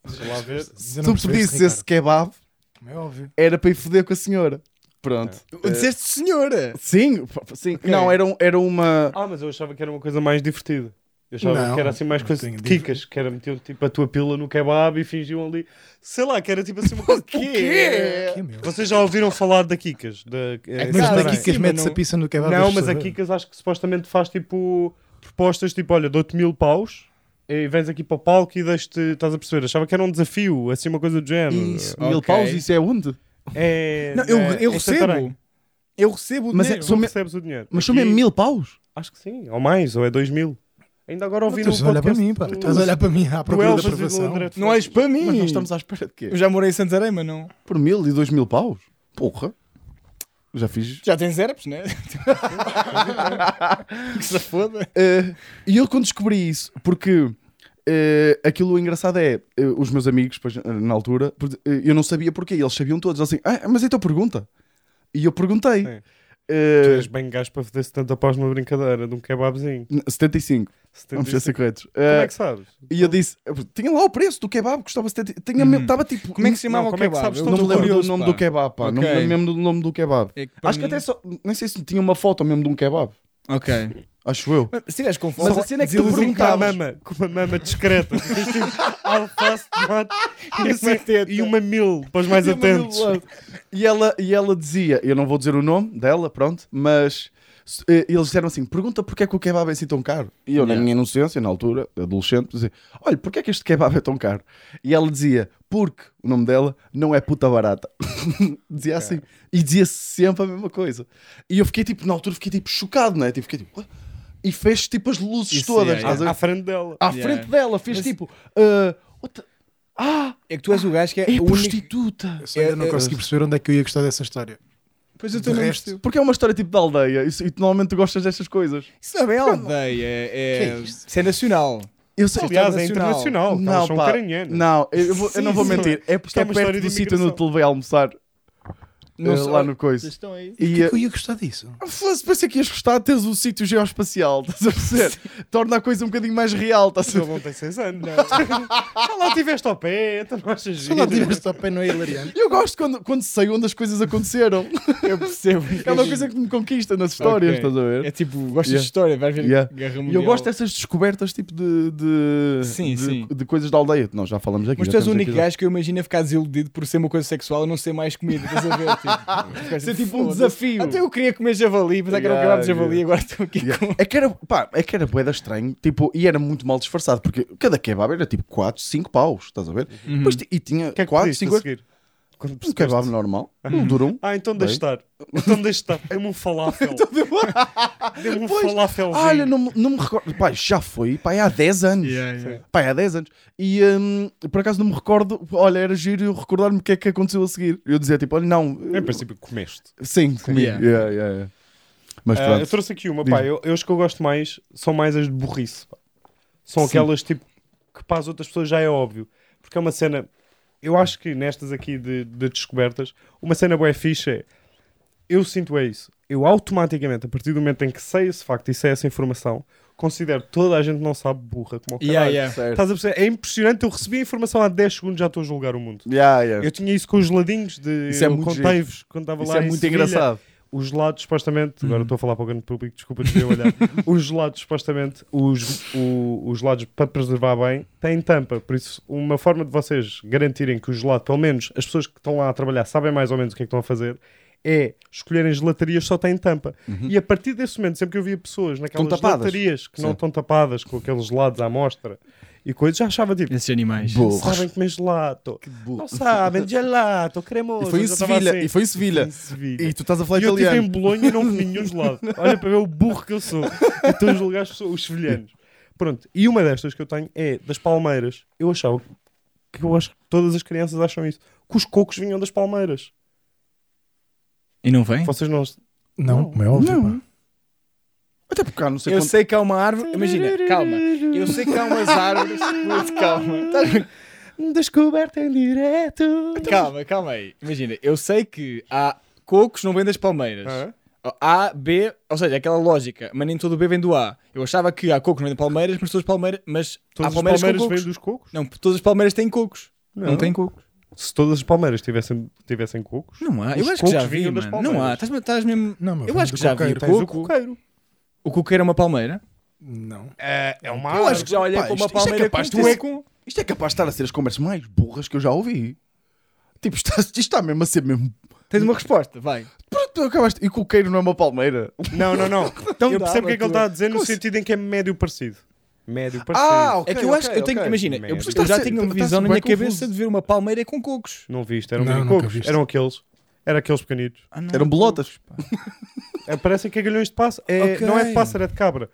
[SPEAKER 2] Deixa lá ver.
[SPEAKER 4] Mas eu
[SPEAKER 3] tu
[SPEAKER 4] não
[SPEAKER 3] pedisses
[SPEAKER 4] percebo,
[SPEAKER 3] esse kebab,
[SPEAKER 4] Ricardo. Como É óbvio.
[SPEAKER 3] era para ir foder com a senhora. Pronto.
[SPEAKER 1] Disseste senhora.
[SPEAKER 4] É.
[SPEAKER 3] Sim, p- sim. Não, era, um- era uma.
[SPEAKER 2] Ah, mas eu achava que era uma coisa mais divertida. Eu achava
[SPEAKER 4] Não,
[SPEAKER 2] que era assim mais coisa
[SPEAKER 4] tenho
[SPEAKER 2] de
[SPEAKER 4] dito.
[SPEAKER 2] quicas, que era metiam tipo a tua pila no kebab e fingiam ali. Sei lá, que era tipo assim uma coisa. o
[SPEAKER 4] É. Que é meu.
[SPEAKER 2] Vocês já ouviram falar da Kikas? Da, é,
[SPEAKER 4] Mas
[SPEAKER 1] Sabe,
[SPEAKER 4] da
[SPEAKER 1] sim, mas
[SPEAKER 4] Kikas mete-se
[SPEAKER 1] não-
[SPEAKER 4] a pizza no kebab.
[SPEAKER 2] Não,
[SPEAKER 4] das
[SPEAKER 2] mas a
[SPEAKER 4] pessoas.
[SPEAKER 2] Kikas acho que supostamente faz tipo propostas tipo: olha, dou-te mil paus e vens aqui para o palco e deixo-te. Estás a perceber? Achava que era um desafio, assim, uma coisa do
[SPEAKER 4] Ah,
[SPEAKER 2] género.
[SPEAKER 3] Isso,
[SPEAKER 1] Ok.
[SPEAKER 3] mil paus, isso é onde?
[SPEAKER 2] É,
[SPEAKER 1] Não, eu,
[SPEAKER 2] é,
[SPEAKER 1] eu
[SPEAKER 2] em Santarém.
[SPEAKER 1] recebo. Eu recebo o
[SPEAKER 3] Mas é-
[SPEAKER 1] dinheiro.
[SPEAKER 3] sou
[SPEAKER 2] Tu
[SPEAKER 3] me-
[SPEAKER 2] recebes o dinheiro.
[SPEAKER 3] Mas são
[SPEAKER 2] Aqui,
[SPEAKER 3] mesmo mil paus?
[SPEAKER 2] Acho que sim, ou mais, ou é dois mil. Ainda agora ouvi no
[SPEAKER 4] Estás a olhar Então para
[SPEAKER 2] podcast
[SPEAKER 4] mim, pá.
[SPEAKER 2] do-
[SPEAKER 4] Estás a olhar para mim à
[SPEAKER 2] do
[SPEAKER 4] procura da
[SPEAKER 2] Elvas e do
[SPEAKER 4] aprovação.
[SPEAKER 2] André de
[SPEAKER 1] Não és para mim.
[SPEAKER 3] Mas nós estamos à espera de quê?
[SPEAKER 1] Eu já morei em Santarém, mas não.
[SPEAKER 3] Por mil e dois mil paus? Porra. Já fiz.
[SPEAKER 1] Já tens herpes, né? que se foda.
[SPEAKER 3] Eh, E eu quando descobri isso, porque eh, aquilo engraçado é, eh, os meus amigos, pois, eh, na altura, por- eh, eu não sabia porquê, eles sabiam todos, eles assim, ah, mas então é pergunta. E eu perguntei.
[SPEAKER 2] Sim. Tu
[SPEAKER 3] eh,
[SPEAKER 2] és bem gajo para foder 70 paus numa brincadeira de um kebabzinho.
[SPEAKER 3] 75, vamos ser
[SPEAKER 2] 75.
[SPEAKER 3] corretos.
[SPEAKER 2] Como
[SPEAKER 3] Eh,
[SPEAKER 2] é que sabes?
[SPEAKER 3] E eu disse, eu- tinha lá o preço do kebab, custava 70. Tinha
[SPEAKER 6] Hum.
[SPEAKER 3] mesmo- estava tipo.
[SPEAKER 6] Como é que se chamava
[SPEAKER 2] Não,
[SPEAKER 6] o
[SPEAKER 2] como é que
[SPEAKER 6] kebab?
[SPEAKER 2] sabes
[SPEAKER 6] Eu
[SPEAKER 2] tanto
[SPEAKER 3] não
[SPEAKER 6] estou
[SPEAKER 3] me lembro do
[SPEAKER 6] curioso,
[SPEAKER 3] nome
[SPEAKER 6] pá.
[SPEAKER 3] do kebab, pá.
[SPEAKER 6] Ok.
[SPEAKER 3] Não me lembro mesmo do nome do kebab.
[SPEAKER 6] É que para
[SPEAKER 3] Acho que
[SPEAKER 6] mim-
[SPEAKER 3] até só. Nem sei se tinha uma foto mesmo de um kebab.
[SPEAKER 6] Ok.
[SPEAKER 3] Acho eu.
[SPEAKER 6] Mas, se tiveres com fome,
[SPEAKER 3] Mas a cena é que tu
[SPEAKER 6] desilusão-
[SPEAKER 2] Cozinho com a
[SPEAKER 3] perguntavas.
[SPEAKER 2] mama, com uma mama discreta. Tu tens tipo alface, tomate e, assim,
[SPEAKER 6] teta.
[SPEAKER 2] e uma mil para os mais
[SPEAKER 3] E uma mil
[SPEAKER 2] atentos. É,
[SPEAKER 3] lá. E ela, e ela dizia, eu não vou dizer o nome dela, pronto, mas se- eh, eles disseram assim: pergunta porque é que o kebab é assim tão caro. E eu, na minha inocência, na altura, adolescente, dizia: olha, porque é que este kebab é tão caro? E ela dizia: porque o nome dela não é puta barata. dizia assim. E dizia sempre a mesma coisa. E eu fiquei tipo, na altura, fiquei tipo chocado, né? Tipo, fiquei tipo, "What?" e fez tipo as luzes
[SPEAKER 6] Isso, é,
[SPEAKER 3] todas,
[SPEAKER 6] yeah,
[SPEAKER 3] estás a Ah, ver?
[SPEAKER 2] À frente dela.
[SPEAKER 3] à
[SPEAKER 6] Yeah.
[SPEAKER 3] frente dela, fez tipo, "Ah, what the- ah,
[SPEAKER 1] É que tu és o gajo que é,
[SPEAKER 3] é
[SPEAKER 1] o único.
[SPEAKER 3] prostituta.
[SPEAKER 4] Eu só ainda não
[SPEAKER 1] É- é-
[SPEAKER 4] consegui perceber onde é que eu ia gostar dessa história.
[SPEAKER 6] Pois eu
[SPEAKER 4] De
[SPEAKER 6] estou mesmo.
[SPEAKER 4] resto,
[SPEAKER 3] Porque é uma história tipo da aldeia e, e tu, normalmente tu gostas destas coisas.
[SPEAKER 1] Isso não é aldeia. É,
[SPEAKER 4] Que é isto?
[SPEAKER 1] isso é nacional.
[SPEAKER 3] Eu sei.
[SPEAKER 2] Aliás, é
[SPEAKER 1] internacional.
[SPEAKER 2] internacional. Não, são
[SPEAKER 3] pá,
[SPEAKER 2] caranhanos.
[SPEAKER 3] não, eu, eu vou- eu
[SPEAKER 2] Sim,
[SPEAKER 3] não vou
[SPEAKER 2] sim.
[SPEAKER 3] mentir. É porque
[SPEAKER 2] Isto é
[SPEAKER 3] é
[SPEAKER 2] uma
[SPEAKER 3] perto
[SPEAKER 2] história de
[SPEAKER 3] do sítio onde eu te
[SPEAKER 2] imigração.
[SPEAKER 3] levei a almoçar.
[SPEAKER 6] Não
[SPEAKER 3] eh,
[SPEAKER 6] sei.
[SPEAKER 3] lá no coisa.
[SPEAKER 6] Vocês estão aí.
[SPEAKER 4] o
[SPEAKER 3] E
[SPEAKER 4] que é
[SPEAKER 3] eh,
[SPEAKER 4] que eu ia gostar disso?
[SPEAKER 3] fosse, pensei que ias gostar de teres um sítio geoespacial, estás a perceber? Torna a coisa um bocadinho mais real, estás a
[SPEAKER 2] Ele
[SPEAKER 3] ver?
[SPEAKER 2] não tem 6 anos. Já Ah, lá estiveste ao pé, então não achas
[SPEAKER 4] Se lá
[SPEAKER 2] giro.
[SPEAKER 4] tiveste ao
[SPEAKER 3] Ah,
[SPEAKER 4] pé, não é hilariante.
[SPEAKER 3] Eu gosto quando, quando sei onde as coisas aconteceram.
[SPEAKER 1] Eu percebo.
[SPEAKER 3] É uma coisa que me conquista nas histórias,
[SPEAKER 1] Ok.
[SPEAKER 3] estás a ver?
[SPEAKER 1] É tipo, gostas
[SPEAKER 3] Yeah.
[SPEAKER 1] de história, vais ver
[SPEAKER 3] Yeah.
[SPEAKER 1] Guerra
[SPEAKER 3] E
[SPEAKER 1] Mundial.
[SPEAKER 3] eu gosto dessas descobertas tipo de, de,
[SPEAKER 1] um Sim,
[SPEAKER 3] de,
[SPEAKER 1] sim.
[SPEAKER 3] de coisas da aldeia. Nós já falamos aqui.
[SPEAKER 1] Mas
[SPEAKER 3] já
[SPEAKER 1] tu és o
[SPEAKER 3] temos
[SPEAKER 1] único
[SPEAKER 3] aqui já-
[SPEAKER 1] gajo que eu imagino a ficar desiludido por ser uma coisa sexual e não ser mais comida. Estás a ver? Tipo, ficas
[SPEAKER 3] Isso é tipo um
[SPEAKER 1] "Foda-se".
[SPEAKER 3] desafio.
[SPEAKER 1] Até eu queria comer javali, mas é que era um
[SPEAKER 3] Yeah,
[SPEAKER 1] kebab de javali, agora estou aqui
[SPEAKER 3] Yeah.
[SPEAKER 1] com.
[SPEAKER 3] É que era, pá, é que era bué da estranho, tipo, e era muito mal disfarçado, porque cada kebab era tipo 4, 5 paus, estás a ver? Depois ti- e tinha
[SPEAKER 2] O que é que
[SPEAKER 3] 4,
[SPEAKER 2] pediste
[SPEAKER 3] 5
[SPEAKER 2] a seguir? Quando
[SPEAKER 3] um
[SPEAKER 2] percebeste?
[SPEAKER 3] kebab normal, um durum.
[SPEAKER 2] Ah, então deixa estar. Então deixa estar. Dê-me um falafel. Dê-me um
[SPEAKER 3] Pois.
[SPEAKER 2] falafelzinho.
[SPEAKER 3] Ah, Olha, não, me- não me recordo, pá, já foi, pá, é há 10 anos. Pá, é há 10 anos. E hum, por acaso não me recordo, olha, era giro eu recordar-me o que é que aconteceu a seguir. Eu dizia tipo, olha, não,
[SPEAKER 2] É, Em princípio, comeste.
[SPEAKER 3] sim, comi.
[SPEAKER 6] Yeah.
[SPEAKER 3] Yeah, yeah, yeah. Mas
[SPEAKER 2] Ah,
[SPEAKER 3] pronto.
[SPEAKER 2] eu trouxe aqui uma,
[SPEAKER 3] Diz-me.
[SPEAKER 2] pá. Eu, eu acho que eu gosto mais são mais as de burrice. pá. São
[SPEAKER 3] Sim.
[SPEAKER 2] aquelas tipo que para as outras pessoas já é óbvio. Porque é uma cena. Eu acho que nestas aqui de, de descobertas, uma cena boa ficha é. Eu sinto é isso. Eu automaticamente, a partir do momento em que sei esse facto e sei essa informação, considero toda a gente que não sabe burra como o caralho.
[SPEAKER 1] Yeah, yeah.
[SPEAKER 3] Certo.
[SPEAKER 2] Estás a perceber? É impressionante. Eu recebi a informação há 10 segundos já estou a julgar o mundo.
[SPEAKER 3] Yeah, yeah.
[SPEAKER 2] Eu tinha isso com os geladinhos de
[SPEAKER 3] Isso é muito
[SPEAKER 2] Conteives, quando estava
[SPEAKER 3] Isso
[SPEAKER 2] lá
[SPEAKER 3] é
[SPEAKER 2] em
[SPEAKER 3] muito
[SPEAKER 2] Sevilha.
[SPEAKER 3] engraçado.
[SPEAKER 2] Os gelados, supostamente,
[SPEAKER 3] Uhum.
[SPEAKER 2] agora estou a falar para o grande público, desculpa de olhar. os gelados, supostamente, os, o, os gelados, para preservar bem, têm tampa. Por isso, uma forma de vocês garantirem que o gelado, pelo menos as pessoas que estão lá a trabalhar, sabem mais ou menos o que é que estão a fazer, é escolherem gelatarias que só têm tampa. E a partir desse momento, sempre que eu via pessoas naquelas
[SPEAKER 3] Uhum. Estão tapadas.
[SPEAKER 2] gelatarias que não
[SPEAKER 3] Sim.
[SPEAKER 2] estão tapadas com aqueles gelados à amostra e coisas, já achava tipo.
[SPEAKER 6] Esses animais.
[SPEAKER 3] Burros.
[SPEAKER 2] Sabem comer gelato. Não sabem, gelato, cremoso.
[SPEAKER 3] E foi em
[SPEAKER 2] Eu já estava
[SPEAKER 3] Sevilha,
[SPEAKER 2] assim.
[SPEAKER 3] e foi em Sevilha.
[SPEAKER 2] Em Sevilha.
[SPEAKER 3] E tu estás a falar
[SPEAKER 2] E eu estive em
[SPEAKER 3] italiano.
[SPEAKER 2] Bolonha e não comi nenhum gelado. Olha para ver o burro que eu sou. Eu Estou a julgar as pessoas, os sevilhanos. Pronto, e uma destas que eu tenho é das palmeiras. Eu achava que eu acho que todas as crianças acham isso. Que os cocos vinham das palmeiras.
[SPEAKER 6] E não vem?
[SPEAKER 2] Vocês não.
[SPEAKER 4] Não, como é óbvio.
[SPEAKER 3] Não.
[SPEAKER 4] pá.
[SPEAKER 3] Até porque cá não sei
[SPEAKER 1] Eu
[SPEAKER 3] quanto-
[SPEAKER 1] sei que há uma árvore. Imagina, calma. Eu sei que há umas árvores. Muito calma. Estás-
[SPEAKER 2] Descoberta em direto.
[SPEAKER 1] Calma, calma aí. Imagina, eu sei que há cocos não vêm das palmeiras.
[SPEAKER 2] Ah.
[SPEAKER 1] A, B, ou seja, aquela lógica, mas nem todo o B vem do A. Eu achava que há cocos que não vêm de palmeiras, mas todas as palmeiras, mas
[SPEAKER 2] Todas
[SPEAKER 1] há
[SPEAKER 2] as
[SPEAKER 1] palmeiras,
[SPEAKER 2] palmeiras,
[SPEAKER 1] com cocos.
[SPEAKER 2] vêm dos cocos?
[SPEAKER 1] Não, todas as palmeiras têm cocos. Não, têm cocos.
[SPEAKER 2] Se todas as palmeiras tivessem, tivessem cocos.
[SPEAKER 6] Não há.
[SPEAKER 2] Os
[SPEAKER 6] Eu acho que já
[SPEAKER 2] cocos
[SPEAKER 6] vi,
[SPEAKER 2] vinham das
[SPEAKER 6] mano. Não há.
[SPEAKER 2] palmeiras.
[SPEAKER 6] Estás- Estás mesmo.
[SPEAKER 4] Não, mas
[SPEAKER 1] Eu
[SPEAKER 4] vem
[SPEAKER 1] acho
[SPEAKER 4] do
[SPEAKER 1] que já vi
[SPEAKER 4] coqueiro.
[SPEAKER 2] Tens o
[SPEAKER 1] coco.
[SPEAKER 2] coqueiro.
[SPEAKER 6] O coqueiro é uma palmeira?
[SPEAKER 4] Não.
[SPEAKER 2] É, é uma
[SPEAKER 1] Eu acho que já olhei
[SPEAKER 3] Pá,
[SPEAKER 1] para uma
[SPEAKER 3] isto- isto é
[SPEAKER 1] palmeira
[SPEAKER 3] capaz de
[SPEAKER 1] com
[SPEAKER 3] ter-
[SPEAKER 1] coco.
[SPEAKER 3] Isto é capaz de estar a ser as conversas mais burras que eu já ouvi. Tipo, isto está, isto está mesmo a ser mesmo.
[SPEAKER 1] Tens uma resposta, vai.
[SPEAKER 3] Pronto, tu acabaste. E coqueiro não é uma palmeira.
[SPEAKER 2] Não, não, não. Então eu
[SPEAKER 1] dá,
[SPEAKER 2] percebo o que
[SPEAKER 1] mas
[SPEAKER 2] é que ele
[SPEAKER 1] tu-
[SPEAKER 2] está a dizer no
[SPEAKER 3] Como se-
[SPEAKER 2] sentido em que é médio parecido. Médio parecido.
[SPEAKER 3] Ah, ok.
[SPEAKER 1] é que eu acho que eu tenho. Imagina, eu,
[SPEAKER 2] Mas
[SPEAKER 1] eu
[SPEAKER 3] está
[SPEAKER 1] já
[SPEAKER 3] a ser-
[SPEAKER 1] tenho uma
[SPEAKER 3] está a ser
[SPEAKER 1] visão na
[SPEAKER 3] bué
[SPEAKER 1] minha cabeça
[SPEAKER 3] confuso.
[SPEAKER 1] de ver uma palmeira com cocos.
[SPEAKER 2] Não viste, eram
[SPEAKER 4] Não,
[SPEAKER 2] não,
[SPEAKER 4] nunca
[SPEAKER 2] cocos.
[SPEAKER 4] viste.
[SPEAKER 2] Eram aqueles. Eram aqueles pequenitos.
[SPEAKER 1] Ah, não.
[SPEAKER 3] Eram bolotas.
[SPEAKER 2] É, parecem cagalhões de pássaro. É,
[SPEAKER 1] Ok.
[SPEAKER 2] Não é de pássaro, é de cabra.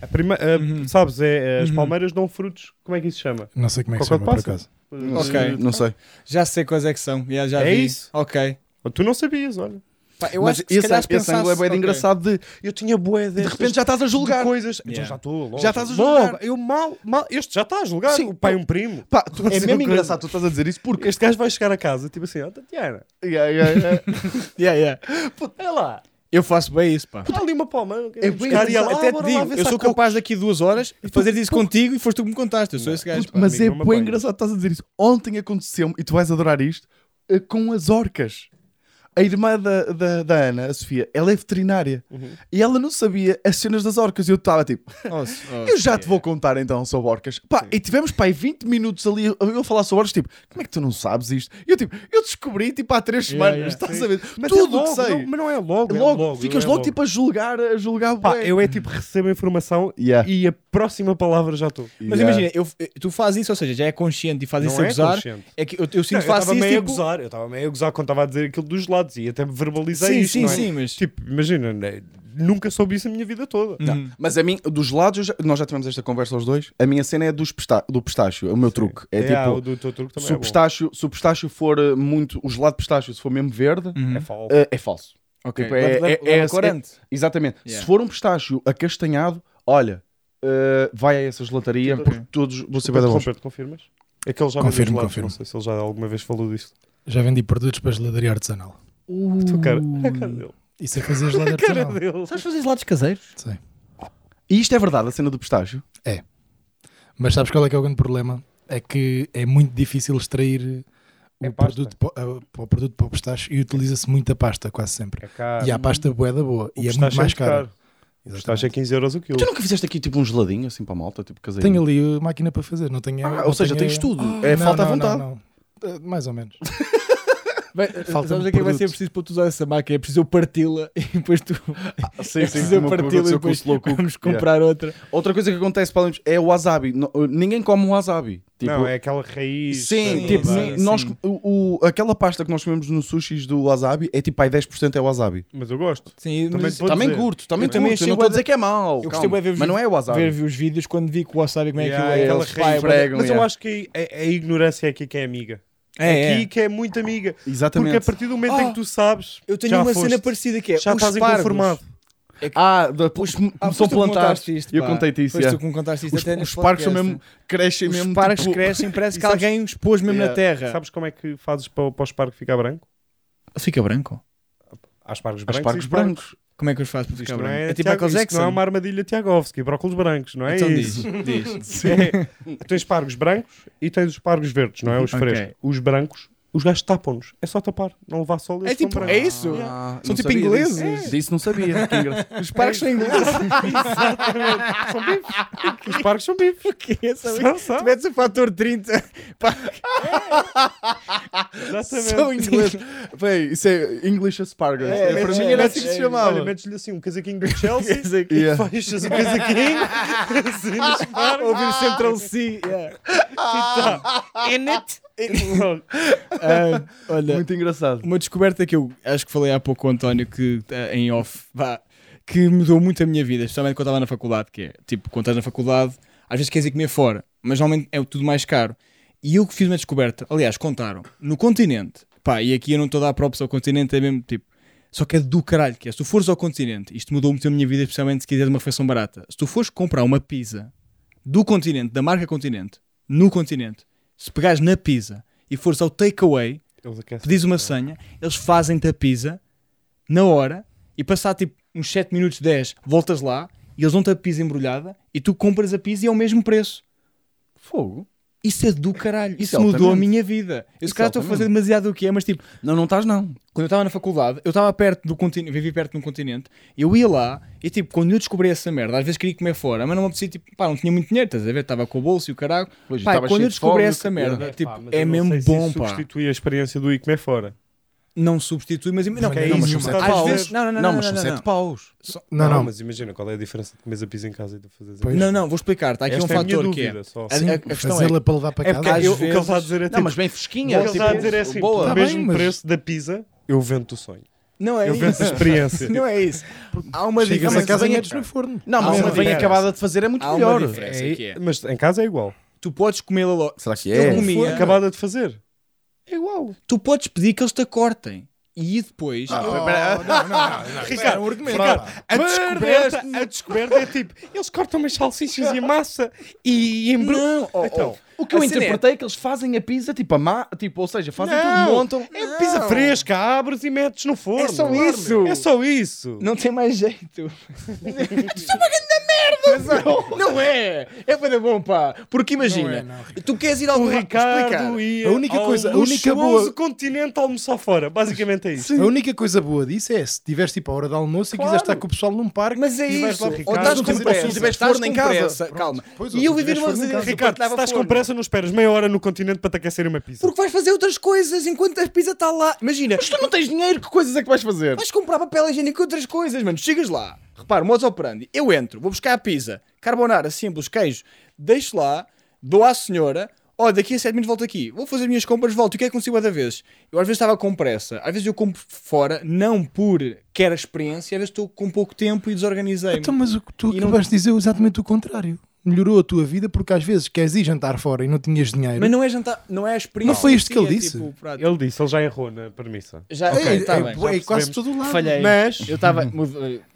[SPEAKER 2] A prima, a- Sabes, é, as palmeiras dão frutos. Como é que isso se chama?
[SPEAKER 4] Não sei como é que se
[SPEAKER 2] Cocó de pássaro.
[SPEAKER 4] chama, por acaso.
[SPEAKER 3] Não
[SPEAKER 1] Ok.
[SPEAKER 3] sei- Não sei.
[SPEAKER 1] Já sei quais é que são. Já, já
[SPEAKER 2] É
[SPEAKER 1] vi.
[SPEAKER 2] isso?
[SPEAKER 1] Ok.
[SPEAKER 2] Tu não sabias, olha.
[SPEAKER 1] Pá, eu
[SPEAKER 3] Mas
[SPEAKER 1] acho que se
[SPEAKER 3] esse,
[SPEAKER 1] calhar se
[SPEAKER 3] esse ângulo é
[SPEAKER 1] pensasse,
[SPEAKER 3] bem
[SPEAKER 1] ok.
[SPEAKER 3] engraçado de.
[SPEAKER 2] Eu tinha bué
[SPEAKER 3] De repente já estás a julgar.
[SPEAKER 2] coisas. Então
[SPEAKER 1] Yeah.
[SPEAKER 2] já estou, logo.
[SPEAKER 3] Já estás a julgar.
[SPEAKER 2] Logo, eu mal, mal. Este já está a julgar.
[SPEAKER 3] Sim,
[SPEAKER 2] o pai
[SPEAKER 3] eu-
[SPEAKER 2] é um primo.
[SPEAKER 3] Pá, tu-
[SPEAKER 2] Sim,
[SPEAKER 3] é mesmo
[SPEAKER 2] uma coisa.
[SPEAKER 3] engraçado tu estás a dizer isso porque.
[SPEAKER 2] Este gajo vai chegar a casa, tipo assim, ó, Tatiana,
[SPEAKER 3] Yeah, yeah, yeah.
[SPEAKER 1] Yeah, yeah.
[SPEAKER 2] é lá,
[SPEAKER 1] Eu faço bem isso, pá.
[SPEAKER 2] está ali uma palma, eu quero
[SPEAKER 3] É
[SPEAKER 2] ir
[SPEAKER 3] bem
[SPEAKER 2] buscar e ela,
[SPEAKER 3] engraçado.
[SPEAKER 2] até
[SPEAKER 3] Ah,
[SPEAKER 2] te
[SPEAKER 3] bora lá
[SPEAKER 2] digo,
[SPEAKER 3] ver
[SPEAKER 1] Eu
[SPEAKER 3] se
[SPEAKER 1] sou
[SPEAKER 3] há copo.
[SPEAKER 1] capaz daqui a duas horas de fazer isso contigo e foste tu que me contaste. Eu sou esse gajo.
[SPEAKER 3] Puto,
[SPEAKER 1] pá.
[SPEAKER 3] mas é
[SPEAKER 2] amigo, não me
[SPEAKER 3] bem
[SPEAKER 2] apanho.
[SPEAKER 3] engraçado estás a dizer isso. Ontem aconteceu-me, e tu vais adorar isto, eh, com as orcas. A irmã da, da, da Ana, a Sofia, ela é veterinária.
[SPEAKER 2] Uhum.
[SPEAKER 3] E ela não sabia as cenas das orcas. E eu estava tipo, eu já te vou contar então sobre orcas. Pá, e tivemos pá, aí 20 minutos ali a eu falar sobre orcas, tipo, como é que tu não sabes isto? E eu tipo, eu descobri tipo há 3 semanas, estás a ver? Tudo
[SPEAKER 2] é
[SPEAKER 3] o que
[SPEAKER 2] logo,
[SPEAKER 3] sei.
[SPEAKER 2] não- mas não é logo, é
[SPEAKER 3] logo,
[SPEAKER 2] logo
[SPEAKER 3] ficas
[SPEAKER 2] é
[SPEAKER 3] logo, tipo a julgar, a julgar
[SPEAKER 2] Pá,
[SPEAKER 3] bué.
[SPEAKER 2] eu é tipo, recebo a informação
[SPEAKER 3] Yeah.
[SPEAKER 2] e a próxima palavra já estou.
[SPEAKER 1] Mas
[SPEAKER 3] Yeah.
[SPEAKER 1] imagina, eu- eh, tu fazes isso, ou seja, já é consciente e fazes
[SPEAKER 2] Não
[SPEAKER 1] isso a
[SPEAKER 2] é
[SPEAKER 1] gozar.
[SPEAKER 2] consciente.
[SPEAKER 1] É que eu, eu sinto
[SPEAKER 2] Não,
[SPEAKER 1] que
[SPEAKER 2] eu
[SPEAKER 1] faço
[SPEAKER 2] estava
[SPEAKER 1] isso.
[SPEAKER 2] meio a
[SPEAKER 1] tipo-
[SPEAKER 2] gozar, eu estava meio a gozar quando estava a dizer aquilo dos lados e até me verbalizei
[SPEAKER 1] Sim,
[SPEAKER 2] isto,
[SPEAKER 1] sim,
[SPEAKER 2] não é?
[SPEAKER 1] sim, mas.
[SPEAKER 2] Tipo, imagina, né, nunca soube isso a minha vida toda.
[SPEAKER 1] Uhum.
[SPEAKER 3] Mas a mim, dos lados, eu já- nós já tivemos esta conversa os dois. A minha cena é dos pista- do pistacho, é o meu truque. É,
[SPEAKER 2] ah, o
[SPEAKER 3] tipo,
[SPEAKER 2] do teu truque também
[SPEAKER 3] se,
[SPEAKER 2] é
[SPEAKER 3] o
[SPEAKER 2] bom.
[SPEAKER 3] pistacho, se o pistacho for eh, muito. O gelado de pistacho, se for mesmo verde,
[SPEAKER 2] É falso.
[SPEAKER 3] eh, é falso.
[SPEAKER 1] Ok,
[SPEAKER 3] Tipo, é-
[SPEAKER 1] leva-
[SPEAKER 3] é-
[SPEAKER 1] leva
[SPEAKER 3] é-
[SPEAKER 1] corante.
[SPEAKER 3] Exatamente.
[SPEAKER 1] Yeah.
[SPEAKER 3] Se for um pistacho acastanhado, olha, eh, vai a essa gelataria porque todos. Você vai dar longe.
[SPEAKER 2] Roberto, confirmas? É que ele já
[SPEAKER 4] Confirmo,
[SPEAKER 2] confirmo, confirmo.
[SPEAKER 4] confirmo.
[SPEAKER 2] Não sei se ele já alguma vez falou disto.
[SPEAKER 4] Já vendi produtos para geladaria artesanal.
[SPEAKER 2] Tu, cara, a cara dele.
[SPEAKER 4] Isso é fazer gelada
[SPEAKER 2] A cara
[SPEAKER 4] artesanal.
[SPEAKER 2] dele.
[SPEAKER 1] Sabes fazer lados caseiros?
[SPEAKER 4] Sim.
[SPEAKER 3] E isto é verdade, a cena do pistacho.
[SPEAKER 4] Mas sabes qual é que é o grande problema? É que é muito difícil extrair o
[SPEAKER 2] É pasta.
[SPEAKER 4] produto, pa- a- pa- o produto para o pistache e utiliza-se muita pasta, quase sempre.
[SPEAKER 2] É caro.
[SPEAKER 4] E há pasta boeda boa
[SPEAKER 2] O
[SPEAKER 4] e é
[SPEAKER 2] pistache
[SPEAKER 4] muito mais
[SPEAKER 2] muito
[SPEAKER 4] cara.
[SPEAKER 2] caro. O pistache é 15 euros o quilo.
[SPEAKER 3] Tu nunca fizeste aqui tipo um geladinho assim para a malta, tipo caseirinho?
[SPEAKER 4] Tenho ali a máquina para fazer, não tenho.
[SPEAKER 3] Ah,
[SPEAKER 4] não
[SPEAKER 3] ou seja,
[SPEAKER 4] tenho-
[SPEAKER 3] tens tudo.
[SPEAKER 4] Ah,
[SPEAKER 3] é
[SPEAKER 4] não,
[SPEAKER 3] falta à
[SPEAKER 4] não, não,
[SPEAKER 3] vontade.
[SPEAKER 4] não. Eh, Mais ou menos.
[SPEAKER 1] Bem,
[SPEAKER 4] Falta-me
[SPEAKER 1] sabes o que é que vai
[SPEAKER 4] produto.
[SPEAKER 1] ser preciso para tu usar essa máquina? É preciso eu parti-la e depois tu.
[SPEAKER 3] Ah, Sim,
[SPEAKER 1] é preciso eu
[SPEAKER 3] como
[SPEAKER 1] parti-la e
[SPEAKER 3] aconteceu com o
[SPEAKER 1] depois
[SPEAKER 3] slow cook.
[SPEAKER 1] vamos
[SPEAKER 3] Yeah.
[SPEAKER 1] comprar outra.
[SPEAKER 3] Outra coisa que acontece para além disso é o wasabi. No- Ninguém come o wasabi. Tipo,
[SPEAKER 2] Não, é aquela raiz.
[SPEAKER 3] Sim,
[SPEAKER 2] sabe?
[SPEAKER 3] tipo,
[SPEAKER 1] sim,
[SPEAKER 3] ni- nós,
[SPEAKER 1] sim.
[SPEAKER 3] o, o- aquela pasta que nós comemos no sushis do wasabi é tipo, aí 10% é wasabi.
[SPEAKER 2] Mas eu gosto.
[SPEAKER 1] Sim,
[SPEAKER 2] Também
[SPEAKER 1] mas
[SPEAKER 2] pode- Vou
[SPEAKER 3] também
[SPEAKER 2] dizer.
[SPEAKER 3] curto, também
[SPEAKER 1] Eu também
[SPEAKER 3] curto. Eu
[SPEAKER 1] achei
[SPEAKER 3] não estou
[SPEAKER 1] bué
[SPEAKER 3] a dizer que é mau.
[SPEAKER 1] Eu
[SPEAKER 3] calma,
[SPEAKER 1] gostei bué de ver os
[SPEAKER 3] mas não é wasabi.
[SPEAKER 1] ver os vídeos quando vi que o wasabi como é
[SPEAKER 2] Yeah,
[SPEAKER 1] que
[SPEAKER 2] aquela
[SPEAKER 1] eles
[SPEAKER 2] raiz.
[SPEAKER 1] pá, é-
[SPEAKER 3] Pregam,
[SPEAKER 2] Mas eu
[SPEAKER 3] yeah.
[SPEAKER 2] acho que a, a ignorância é aqui que é amiga.
[SPEAKER 1] É,
[SPEAKER 2] aqui
[SPEAKER 1] é.
[SPEAKER 2] que é muito amiga. Porque
[SPEAKER 3] Exatamente.
[SPEAKER 2] a partir do momento em que tu sabes.
[SPEAKER 1] Eu tenho
[SPEAKER 2] já
[SPEAKER 1] uma
[SPEAKER 2] foste.
[SPEAKER 1] cena parecida que é.
[SPEAKER 2] Já
[SPEAKER 1] os
[SPEAKER 2] estás
[SPEAKER 1] espargos.
[SPEAKER 2] inconformado.
[SPEAKER 3] Ah, da, os,
[SPEAKER 1] Ah, foste
[SPEAKER 3] são
[SPEAKER 1] tu que me
[SPEAKER 3] plantados.
[SPEAKER 1] contaste isto,
[SPEAKER 3] eu
[SPEAKER 1] pá.
[SPEAKER 3] contei-te isso.
[SPEAKER 1] Foste
[SPEAKER 3] é.
[SPEAKER 1] tu que me contaste isto
[SPEAKER 3] Os,
[SPEAKER 1] até neste
[SPEAKER 3] os parques são
[SPEAKER 1] podcast,
[SPEAKER 3] mesmo, crescem
[SPEAKER 1] Os
[SPEAKER 3] mesmo.
[SPEAKER 1] parques
[SPEAKER 3] tipo,
[SPEAKER 1] crescem, parece
[SPEAKER 3] E
[SPEAKER 1] que
[SPEAKER 3] sabes-
[SPEAKER 1] alguém os pôs mesmo
[SPEAKER 3] Yeah.
[SPEAKER 1] na terra.
[SPEAKER 2] Sabes como é que fazes para, para o espargo ficar branco?
[SPEAKER 1] Fica branco?
[SPEAKER 2] Há espargos
[SPEAKER 3] Os
[SPEAKER 2] brancos.
[SPEAKER 3] parques
[SPEAKER 2] e espargos.
[SPEAKER 3] brancos.
[SPEAKER 1] Como é que os faz para
[SPEAKER 2] Isto
[SPEAKER 1] ficar
[SPEAKER 2] não
[SPEAKER 1] branco?
[SPEAKER 2] é,
[SPEAKER 1] É, tipo
[SPEAKER 2] Tiago-
[SPEAKER 1] Michael
[SPEAKER 2] isto
[SPEAKER 1] Jackson?
[SPEAKER 2] não é uma armadilha Tiagovski, brócolos brancos, não é
[SPEAKER 1] Então
[SPEAKER 2] isso?
[SPEAKER 1] diz, diz.
[SPEAKER 2] É, tens pargos brancos e tens os pargos verdes, não é? Os
[SPEAKER 1] Ok.
[SPEAKER 2] frescos. Os brancos, os gajos tapam-nos. É só tapar, não levar sol
[SPEAKER 1] É
[SPEAKER 2] e eles são
[SPEAKER 1] tipo,
[SPEAKER 2] brancos.
[SPEAKER 1] é isso?
[SPEAKER 3] Ah,
[SPEAKER 1] São
[SPEAKER 3] não
[SPEAKER 1] tipo
[SPEAKER 3] sabia
[SPEAKER 1] ingleses?
[SPEAKER 3] Disso, Disso não sabia. Que engraçado.
[SPEAKER 1] Os parques são ingleses.
[SPEAKER 2] São bifes. Os pargos são bifes.
[SPEAKER 1] Porquê? São-
[SPEAKER 2] São, são.
[SPEAKER 1] Se Metes o fator 30.
[SPEAKER 3] São
[SPEAKER 2] Exatamente.
[SPEAKER 3] ingleses. Véi, isso é English Asparagus. É, para mim era assim que se chamava.
[SPEAKER 2] Olha, metes-lhe assim um casaquinho do Chelsea,
[SPEAKER 3] Yeah.
[SPEAKER 2] fechas o casaquinho, assim Ah, nos pargos.
[SPEAKER 1] Ouvir Central C. yeah.
[SPEAKER 2] Então, In it.
[SPEAKER 1] Ah, olha,
[SPEAKER 3] Muito engraçado.
[SPEAKER 1] uma descoberta que eu acho que falei há pouco com o António que ah, em off, vá, que mudou muito a minha vida, especialmente quando estava na faculdade, que é tipo, quando estás na faculdade, às vezes queres ir comer fora, mas normalmente é tudo mais caro. E eu que fiz uma descoberta, aliás, contaram, no continente, pá, e aqui eu não estou a dar props ao continente, é mesmo tipo, só que é do caralho que é. Se tu fores ao continente, isto mudou muito a minha vida, especialmente se quiseres uma refeição barata. Se tu fores comprar uma pizza do continente, da marca continente, no continente, se pegares na pizza e fores ao takeaway,
[SPEAKER 2] Eles aquecem.
[SPEAKER 1] pedis uma senha, eles fazem-te a pizza na hora e passar tipo uns 7 minutos, 10, voltas lá e eles dão-te a pizza embrulhada e tu compras a pizza e é o mesmo preço.
[SPEAKER 3] Fogo.
[SPEAKER 1] Isso é do caralho. Isso,
[SPEAKER 3] Isso é
[SPEAKER 1] mudou a
[SPEAKER 3] altamente.
[SPEAKER 1] minha vida. Eu se
[SPEAKER 3] Isso é
[SPEAKER 1] calhar estou a fazer
[SPEAKER 3] altamente.
[SPEAKER 1] demasiado o que é, mas tipo,
[SPEAKER 3] Não, não estás, não.
[SPEAKER 1] quando eu estava na faculdade, eu estava perto do continente, vivi perto de um continente, eu ia lá e tipo, quando eu descobri essa merda, às vezes queria comer fora, mas não me apetecia, tipo, pá, não tinha muito dinheiro, estás a ver? Estava com o bolso e o caralho.
[SPEAKER 3] Pois,
[SPEAKER 1] Pá,
[SPEAKER 3] estava
[SPEAKER 1] quando
[SPEAKER 3] cheio
[SPEAKER 1] eu
[SPEAKER 3] de
[SPEAKER 1] descobri
[SPEAKER 3] fome,
[SPEAKER 1] essa
[SPEAKER 3] eu-
[SPEAKER 1] merda,
[SPEAKER 2] É,
[SPEAKER 1] tipo,
[SPEAKER 2] pá, mas
[SPEAKER 1] é
[SPEAKER 2] eu não
[SPEAKER 1] mesmo
[SPEAKER 2] sei se
[SPEAKER 1] bom,
[SPEAKER 2] isso
[SPEAKER 1] pá.
[SPEAKER 2] substitui a experiência do ir comer fora.
[SPEAKER 1] Não substitui, mas não,
[SPEAKER 2] Não, é
[SPEAKER 1] não,
[SPEAKER 2] isso,
[SPEAKER 1] mas
[SPEAKER 2] não
[SPEAKER 1] são
[SPEAKER 2] é
[SPEAKER 1] sete
[SPEAKER 2] paus.
[SPEAKER 1] vezes- não, não, não,
[SPEAKER 3] Não,
[SPEAKER 1] não,
[SPEAKER 3] mas
[SPEAKER 1] não,
[SPEAKER 3] são
[SPEAKER 1] não,
[SPEAKER 3] sete
[SPEAKER 1] não.
[SPEAKER 3] paus.
[SPEAKER 4] Não, não.
[SPEAKER 2] mas imagina qual é a diferença de comer a pizza em casa e de fazer
[SPEAKER 4] Pois.
[SPEAKER 1] Não, não, vou explicar. Está aqui um
[SPEAKER 2] Esta é a minha
[SPEAKER 1] fator que é.
[SPEAKER 2] dúvida, só.
[SPEAKER 1] A,
[SPEAKER 4] Sim,
[SPEAKER 1] a- a questão é.
[SPEAKER 4] fazê-la para levar para
[SPEAKER 1] é
[SPEAKER 4] casa.
[SPEAKER 1] porque
[SPEAKER 2] Eu-
[SPEAKER 1] às
[SPEAKER 2] o que ele está a dizer é tipo,
[SPEAKER 3] Não, mas bem
[SPEAKER 2] o
[SPEAKER 3] fresquinha.
[SPEAKER 2] que ele
[SPEAKER 3] tipo,
[SPEAKER 2] está a dizer é assim,
[SPEAKER 3] boa.
[SPEAKER 2] pelo
[SPEAKER 4] Tá bem,
[SPEAKER 2] mesmo
[SPEAKER 4] mas-
[SPEAKER 2] preço da pizza, eu vendo o sonho.
[SPEAKER 1] Não é
[SPEAKER 2] Eu vendo
[SPEAKER 1] isso.
[SPEAKER 2] a experiência.
[SPEAKER 1] Não é isso. Há uma
[SPEAKER 4] Chegas a
[SPEAKER 1] diferença.
[SPEAKER 4] casa e
[SPEAKER 3] bem-
[SPEAKER 4] metes no forno.
[SPEAKER 3] Não,
[SPEAKER 1] Há
[SPEAKER 3] mas uma
[SPEAKER 1] uma
[SPEAKER 3] bem
[SPEAKER 2] diferença.
[SPEAKER 3] acabada de fazer é muito
[SPEAKER 1] Há uma
[SPEAKER 3] melhor.
[SPEAKER 1] diferença que é.
[SPEAKER 2] Mas em casa é igual.
[SPEAKER 1] Tu podes comê-la logo.
[SPEAKER 3] Será que
[SPEAKER 1] Eu
[SPEAKER 3] é?
[SPEAKER 1] comi-
[SPEAKER 2] Foi
[SPEAKER 1] Yeah.
[SPEAKER 2] acabada de fazer. É igual.
[SPEAKER 1] Tu podes pedir que eles te cortem. E depois.
[SPEAKER 2] Ah.
[SPEAKER 4] não, não, não. Ricardo, um argumento. pá.
[SPEAKER 2] A descoberta, a descoberta é tipo, eles cortam umas salsichas e massa e embru...
[SPEAKER 3] Não, oh, oh.
[SPEAKER 2] Então,
[SPEAKER 3] O que eu
[SPEAKER 2] a cena é-
[SPEAKER 3] interpretei é que eles fazem a pizza tipo a má, tipo, ou seja, fazem
[SPEAKER 2] Não.
[SPEAKER 3] tudo, montam.
[SPEAKER 2] É pizza fresca, abres e metes no forno.
[SPEAKER 1] É só isso.
[SPEAKER 2] É só isso.
[SPEAKER 1] Não tem mais jeito. é
[SPEAKER 3] Não é! É para bom, pá! Porque imagina,
[SPEAKER 4] Não é, não,
[SPEAKER 3] tu queres ir ao
[SPEAKER 2] O Ricardo e
[SPEAKER 4] A única coisa- a
[SPEAKER 2] ao
[SPEAKER 4] única boa-
[SPEAKER 2] luxuoso continente almoçar fora. Basicamente é isso.
[SPEAKER 4] A única coisa boa disso é se tiveres tipo a hora do almoço e quiseres estar com o pessoal num parque.
[SPEAKER 1] Mas é
[SPEAKER 2] E vais
[SPEAKER 1] isso.
[SPEAKER 2] lá
[SPEAKER 1] Ou
[SPEAKER 2] ficar.
[SPEAKER 1] estás
[SPEAKER 2] Mas
[SPEAKER 1] com
[SPEAKER 2] não tens
[SPEAKER 1] pressa.
[SPEAKER 2] hipótese,
[SPEAKER 3] se tiveres
[SPEAKER 1] estás
[SPEAKER 3] forno
[SPEAKER 1] com
[SPEAKER 3] em casa,
[SPEAKER 1] pressa.
[SPEAKER 3] pronto.
[SPEAKER 1] Calma.
[SPEAKER 4] Pois, ou
[SPEAKER 1] E eu
[SPEAKER 4] se
[SPEAKER 1] vivi
[SPEAKER 4] tiveres
[SPEAKER 1] numa
[SPEAKER 4] forno em
[SPEAKER 1] residência.
[SPEAKER 4] casa.
[SPEAKER 2] Ricardo, se estás com pressa, não esperas meia hora no continente para te aquecer uma pizza.
[SPEAKER 1] Porque vais fazer outras coisas enquanto a pizza está lá. Imagina,
[SPEAKER 3] Mas tu não tens dinheiro, que coisas é que vais fazer?
[SPEAKER 1] vais comprar papel higiênico e outras coisas, mano. Chegas lá, repara, modus operandi. Eu entro, vou buscar a pizza, carbonara, simples, queijo, deixo lá, dou à senhora. Ó, daqui a 7 minutos volto aqui. Vou fazer as minhas compras, volto. E o que é que consigo da vez? Eu às vezes estava com pressa. Às vezes eu compro fora, não por quer a experiência, às vezes estou com pouco tempo e desorganizei.
[SPEAKER 4] Então, mas o que tu
[SPEAKER 1] E não-
[SPEAKER 4] acabaste de dizer é exatamente o contrário. Melhorou a tua vida porque às vezes queres ir jantar fora e não tinhas dinheiro.
[SPEAKER 1] Mas não é jantar, não é a experiência.
[SPEAKER 4] Não foi isto
[SPEAKER 1] em si,
[SPEAKER 4] que ele
[SPEAKER 1] é
[SPEAKER 4] disse?
[SPEAKER 1] tipo o prato.
[SPEAKER 2] Ele disse, ele já errou na premissa.
[SPEAKER 1] Já,
[SPEAKER 4] Ok,
[SPEAKER 1] ok, tá
[SPEAKER 4] é,
[SPEAKER 1] bem.
[SPEAKER 4] é quase
[SPEAKER 2] percebemos.
[SPEAKER 4] todo o lado.
[SPEAKER 1] Falhei.
[SPEAKER 2] Mas,
[SPEAKER 1] Eu estava.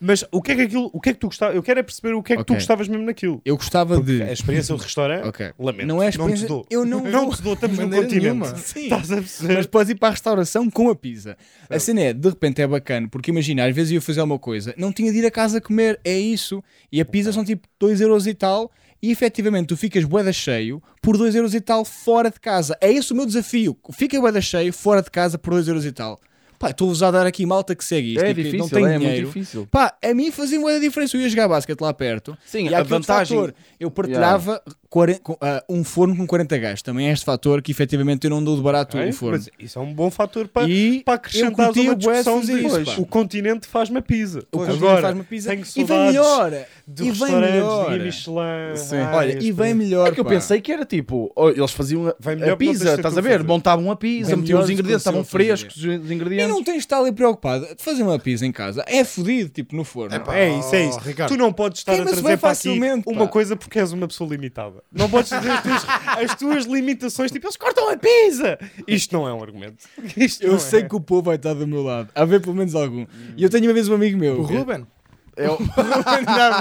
[SPEAKER 2] mas o que é que aquilo, o que é que tu gostavas? Eu quero é perceber o que é que tu
[SPEAKER 1] Ok.
[SPEAKER 2] gostavas mesmo naquilo.
[SPEAKER 1] Eu gostava de.
[SPEAKER 2] A experiência do restaurante,
[SPEAKER 1] é- Ok.
[SPEAKER 2] lamento.
[SPEAKER 1] Não é a
[SPEAKER 2] não te
[SPEAKER 1] experiência-
[SPEAKER 2] dou.
[SPEAKER 1] eu não
[SPEAKER 2] não
[SPEAKER 1] vou-
[SPEAKER 2] te dou, estamos
[SPEAKER 4] de
[SPEAKER 2] no
[SPEAKER 4] maneira
[SPEAKER 2] continente.
[SPEAKER 4] nenhuma.
[SPEAKER 1] Sim.
[SPEAKER 2] Estás a perceber?
[SPEAKER 1] Mas podes ir para a restauração com a pizza. A cena é, de repente é bacana, porque imagina, às vezes eu ia fazer alguma coisa, não tinha de ir a casa comer, é isso. E a pizza são tipo 2 euros e tal, e efetivamente tu ficas boeda cheio por 2 euros e tal fora de casa. É esse o meu desafio. Fica boeda cheio fora de casa por 2 euros e tal. Pá, estou-vos a dar aqui malta que segue isto.
[SPEAKER 3] É
[SPEAKER 1] e que não
[SPEAKER 3] difícil,
[SPEAKER 1] tem
[SPEAKER 3] é, é muito
[SPEAKER 1] dinheiro.
[SPEAKER 3] difícil.
[SPEAKER 1] Pá, a mim fazia uma diferença. Eu ia jogar basquete lá perto.
[SPEAKER 3] Sim,
[SPEAKER 1] e há
[SPEAKER 3] a
[SPEAKER 1] aqui outro
[SPEAKER 3] vantagem-
[SPEAKER 1] fator. Eu partilhava 40 com, ah, um forno com 40 gás. Também é este fator que efetivamente eu não dou de barato
[SPEAKER 2] Ok?
[SPEAKER 1] o forno.
[SPEAKER 2] Mas isso é um bom fator para,
[SPEAKER 1] E
[SPEAKER 2] para acrescentar
[SPEAKER 1] eu curti
[SPEAKER 2] uma
[SPEAKER 1] o bué
[SPEAKER 2] discussão
[SPEAKER 1] fazer
[SPEAKER 2] de
[SPEAKER 1] isso, pá.
[SPEAKER 2] o continente faz-me a pizza.
[SPEAKER 1] O cozinheiro
[SPEAKER 2] Agora,
[SPEAKER 1] faz uma pizza
[SPEAKER 2] tenho
[SPEAKER 1] e vem
[SPEAKER 2] saudades
[SPEAKER 1] melhor.
[SPEAKER 2] De
[SPEAKER 1] e vem
[SPEAKER 2] restaurantes,
[SPEAKER 1] melhor.
[SPEAKER 2] de Guia Michelin.
[SPEAKER 3] Sim.
[SPEAKER 2] Ah,
[SPEAKER 1] Olha, e
[SPEAKER 2] este-
[SPEAKER 1] vem melhor.
[SPEAKER 3] É que eu
[SPEAKER 1] pá.
[SPEAKER 3] pensei que era tipo, ó, eles faziam a,
[SPEAKER 2] Vai melhor
[SPEAKER 3] a
[SPEAKER 2] porque não tens
[SPEAKER 3] pizza,
[SPEAKER 2] de ter
[SPEAKER 3] estás
[SPEAKER 2] tu
[SPEAKER 3] a
[SPEAKER 2] a
[SPEAKER 3] ver?
[SPEAKER 2] fazer.
[SPEAKER 3] Montavam a pizza,
[SPEAKER 1] Vai
[SPEAKER 3] metiam
[SPEAKER 1] melhor
[SPEAKER 3] os
[SPEAKER 1] do que
[SPEAKER 3] ingredientes,
[SPEAKER 1] aconteceu
[SPEAKER 3] estavam
[SPEAKER 1] a fazer.
[SPEAKER 3] frescos os
[SPEAKER 1] E
[SPEAKER 3] ingredientes.
[SPEAKER 1] não tens de estar ali preocupado. De fazer uma pizza em casa é fodido, tipo, no forno.
[SPEAKER 2] É isso, é isso.
[SPEAKER 4] Oh, Ricardo.
[SPEAKER 2] Tu não podes estar a
[SPEAKER 1] Queima-se
[SPEAKER 2] trazer
[SPEAKER 1] bem
[SPEAKER 2] para aqui
[SPEAKER 1] facilmente, pá.
[SPEAKER 2] uma coisa porque és uma pessoa limitada. Não podes dizer as tuas, as tuas limitações, tipo, eles cortam a pizza. Isto não é um argumento. Isto
[SPEAKER 1] eu
[SPEAKER 2] não
[SPEAKER 1] sei
[SPEAKER 2] é.
[SPEAKER 1] que o povo vai estar do meu lado. A ver pelo menos algum. E eu tenho uma vez um amigo meu.
[SPEAKER 4] O Ruben.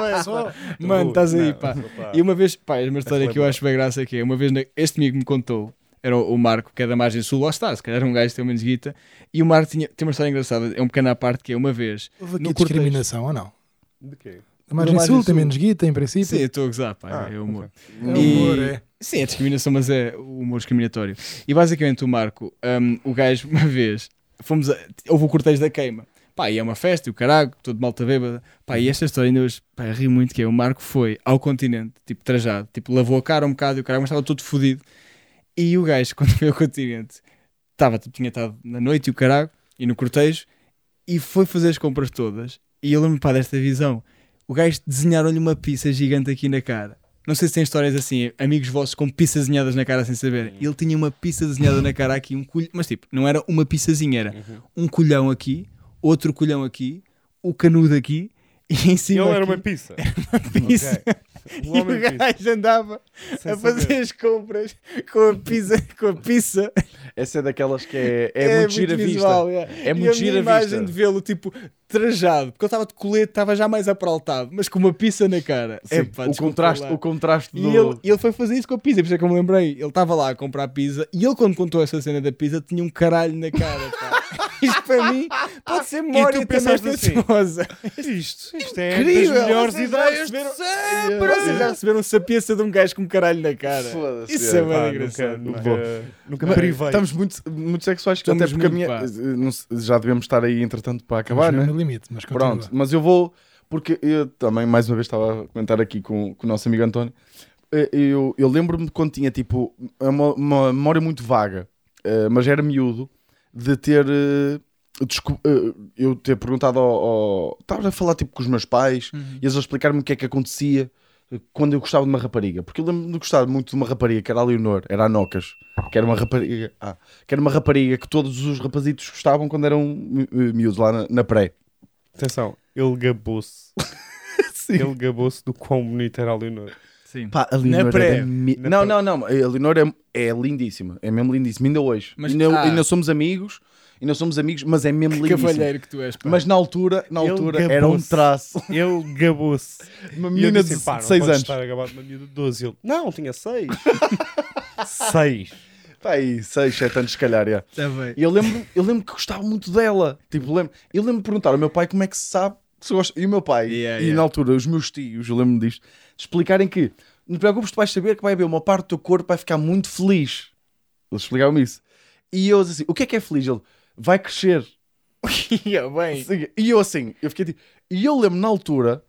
[SPEAKER 1] é Só- Mano, estás aí,
[SPEAKER 2] Não,
[SPEAKER 1] pá.
[SPEAKER 2] pá.
[SPEAKER 1] E uma vez, pá, é uma história
[SPEAKER 2] Essa
[SPEAKER 1] que eu
[SPEAKER 2] lembra.
[SPEAKER 1] acho bem graça que é, uma vez na- este amigo me contou, era o o Marco, que é da margem sul, lá está, se calhar era um gajo que tem menos guita, e o Marco tinha, tem uma história engraçada, é um pequeno à parte que é uma vez,
[SPEAKER 4] Houve
[SPEAKER 1] no
[SPEAKER 4] aqui
[SPEAKER 1] cortejo-
[SPEAKER 4] discriminação ou não?
[SPEAKER 2] De quê?
[SPEAKER 4] A margem,
[SPEAKER 1] margem
[SPEAKER 4] sul tem
[SPEAKER 1] sul.
[SPEAKER 4] menos guita, em princípio.
[SPEAKER 1] Sim, eu estou a gozar, pá,
[SPEAKER 2] Ah,
[SPEAKER 1] é humor.
[SPEAKER 4] É
[SPEAKER 1] E-
[SPEAKER 4] humor, é.
[SPEAKER 1] Sim, é discriminação, mas é o humor discriminatório. E basicamente o Marco, hum, o gajo, uma vez, fomos a- houve o cortejo da queima. Pá, e é uma festa, e o caralho, todo malta bêbada. Pá, e esta história ainda hoje, pá, ri muito que é. O Marco foi ao continente, tipo, trajado, tipo, lavou a cara um bocado e o caralho, mas estava todo fodido. E o gajo, quando veio ao continente, estava, tipo, tinha estado na noite e o caralho, e no cortejo, e foi fazer as compras todas. E eu lembro-me, pá, desta visão. O gajo desenharam-lhe uma pizza gigante aqui na cara. Não sei se tem histórias assim, amigos vossos com pizzas desenhadas na cara sem saber. Ele tinha uma pizza desenhada na cara aqui, um colhão, mas tipo, não era uma pizzazinha, era
[SPEAKER 2] Uhum.
[SPEAKER 1] um colhão aqui, outro colhão aqui, o canudo aqui e em cima
[SPEAKER 2] Ele era
[SPEAKER 1] aqui,
[SPEAKER 2] uma pizza.
[SPEAKER 1] pizza.
[SPEAKER 2] Um
[SPEAKER 1] E
[SPEAKER 2] homem
[SPEAKER 1] o
[SPEAKER 2] pizza.
[SPEAKER 1] gajo andava
[SPEAKER 2] Sem
[SPEAKER 1] a fazer
[SPEAKER 2] saber.
[SPEAKER 1] as compras com a pizza, com a pizza
[SPEAKER 3] Essa é daquelas que é, é, muito gira a
[SPEAKER 1] visual,
[SPEAKER 3] vista. É muito
[SPEAKER 1] e a
[SPEAKER 3] gira
[SPEAKER 1] minha
[SPEAKER 3] a vista.
[SPEAKER 1] imagem de vê-lo, tipo, trajado, porque eu estava de colete, estava já mais apraltado, mas com uma pizza na cara.
[SPEAKER 3] Sim,
[SPEAKER 1] Epá,
[SPEAKER 3] o,
[SPEAKER 1] desculpa
[SPEAKER 3] contraste,
[SPEAKER 1] lá.
[SPEAKER 3] o contraste
[SPEAKER 1] E
[SPEAKER 3] do.
[SPEAKER 1] ele, ele foi fazer isso com a pizza, por isso é que eu me lembrei. Ele estava lá a comprar a pizza e ele, quando contou essa cena da pizza, tinha um caralho na cara. pá. Isto para mim é pode ser memória também
[SPEAKER 2] pensaste assim?
[SPEAKER 1] afetuosa.
[SPEAKER 2] Isto, isto é
[SPEAKER 1] Incrível.
[SPEAKER 2] das melhores
[SPEAKER 1] Vocês já
[SPEAKER 2] ideias.
[SPEAKER 1] receberam- Vocês já receberam sapiência de um gajo com um caralho na cara.
[SPEAKER 3] Foda-se,
[SPEAKER 1] Isso é
[SPEAKER 3] é,
[SPEAKER 1] bem
[SPEAKER 2] nunca,
[SPEAKER 1] engraçado. pá.
[SPEAKER 2] nunca, nunca
[SPEAKER 3] Mas
[SPEAKER 2] privei.
[SPEAKER 3] Estamos muito, muito sexuais, que
[SPEAKER 1] Estamos
[SPEAKER 3] até porque a
[SPEAKER 1] muito,
[SPEAKER 3] minha.
[SPEAKER 1] pá.
[SPEAKER 3] eh, não se- já devemos estar aí, entretanto, para acabar,
[SPEAKER 4] Mas
[SPEAKER 3] né?
[SPEAKER 4] não é limite, mas continua.
[SPEAKER 3] Pronto, mas eu vou, porque eu também, mais uma vez, estava a comentar aqui com, com o nosso amigo António. Eh, Eu, eu lembro-me quando tinha, tipo, uma, uma memória muito vaga, eh, mas era miúdo, de ter. eh, desco- eh, eu ter perguntado ao. ao- Estava a falar, tipo, com os meus pais e eles a explicar-me o que é que acontecia eh, quando eu gostava de uma rapariga. Porque eu lembro-me de gostar muito de uma rapariga, que era a Leonor, era a Nocas, que era uma rapariga. ah, que era uma rapariga que todos os rapazitos gostavam quando eram mi- mi- miúdos lá na, na pré.
[SPEAKER 2] Atenção, ele gabou-se. ele gabou-se do quão bonito era a Leonor.
[SPEAKER 1] Sim.
[SPEAKER 3] Pá, a Leonor
[SPEAKER 1] pré.
[SPEAKER 3] era mi-
[SPEAKER 2] Na
[SPEAKER 3] Não,
[SPEAKER 2] pré.
[SPEAKER 3] não, não. A Leonor é, é lindíssima. É mesmo lindíssima. Ainda hoje.
[SPEAKER 1] Mas-
[SPEAKER 3] ainda,
[SPEAKER 1] ah.
[SPEAKER 3] ainda somos amigos. Ainda somos amigos, mas é mesmo
[SPEAKER 1] Que
[SPEAKER 3] lindíssima.
[SPEAKER 1] cavalheiro que tu és, pá.
[SPEAKER 3] Mas na altura, na
[SPEAKER 2] Ele
[SPEAKER 3] altura era um
[SPEAKER 2] gabou-se.
[SPEAKER 3] traço.
[SPEAKER 2] Ele gabou-se.
[SPEAKER 3] Uma
[SPEAKER 2] E eu
[SPEAKER 3] menina
[SPEAKER 2] disse,
[SPEAKER 3] de
[SPEAKER 2] pá, não
[SPEAKER 3] 6
[SPEAKER 2] podes
[SPEAKER 3] anos.
[SPEAKER 2] estar a gabar de uma menina de 12. Ele, não, tinha 6. 6.
[SPEAKER 3] Pá, aí, 6, 7 anos se calhar, já.
[SPEAKER 1] Tá bem.
[SPEAKER 3] E eu lembro, eu lembro que gostava muito dela. Tipo, lembro, eu lembro de perguntar ao meu pai como é que se sabe se eu gosto. E o meu pai,
[SPEAKER 1] Yeah,
[SPEAKER 3] e
[SPEAKER 1] yeah.
[SPEAKER 3] na altura, os meus tios, eu lembro-me disto, de explicarem que não te preocupes, tu vais saber que vai haver uma parte do teu corpo que vai ficar muito feliz. Eles explicaram-me isso. E eu assim, o que é que é feliz? Ele, vai crescer.
[SPEAKER 1] Ia bem.
[SPEAKER 3] Sim, E eu assim, eu fiquei tipo. E eu lembro na altura,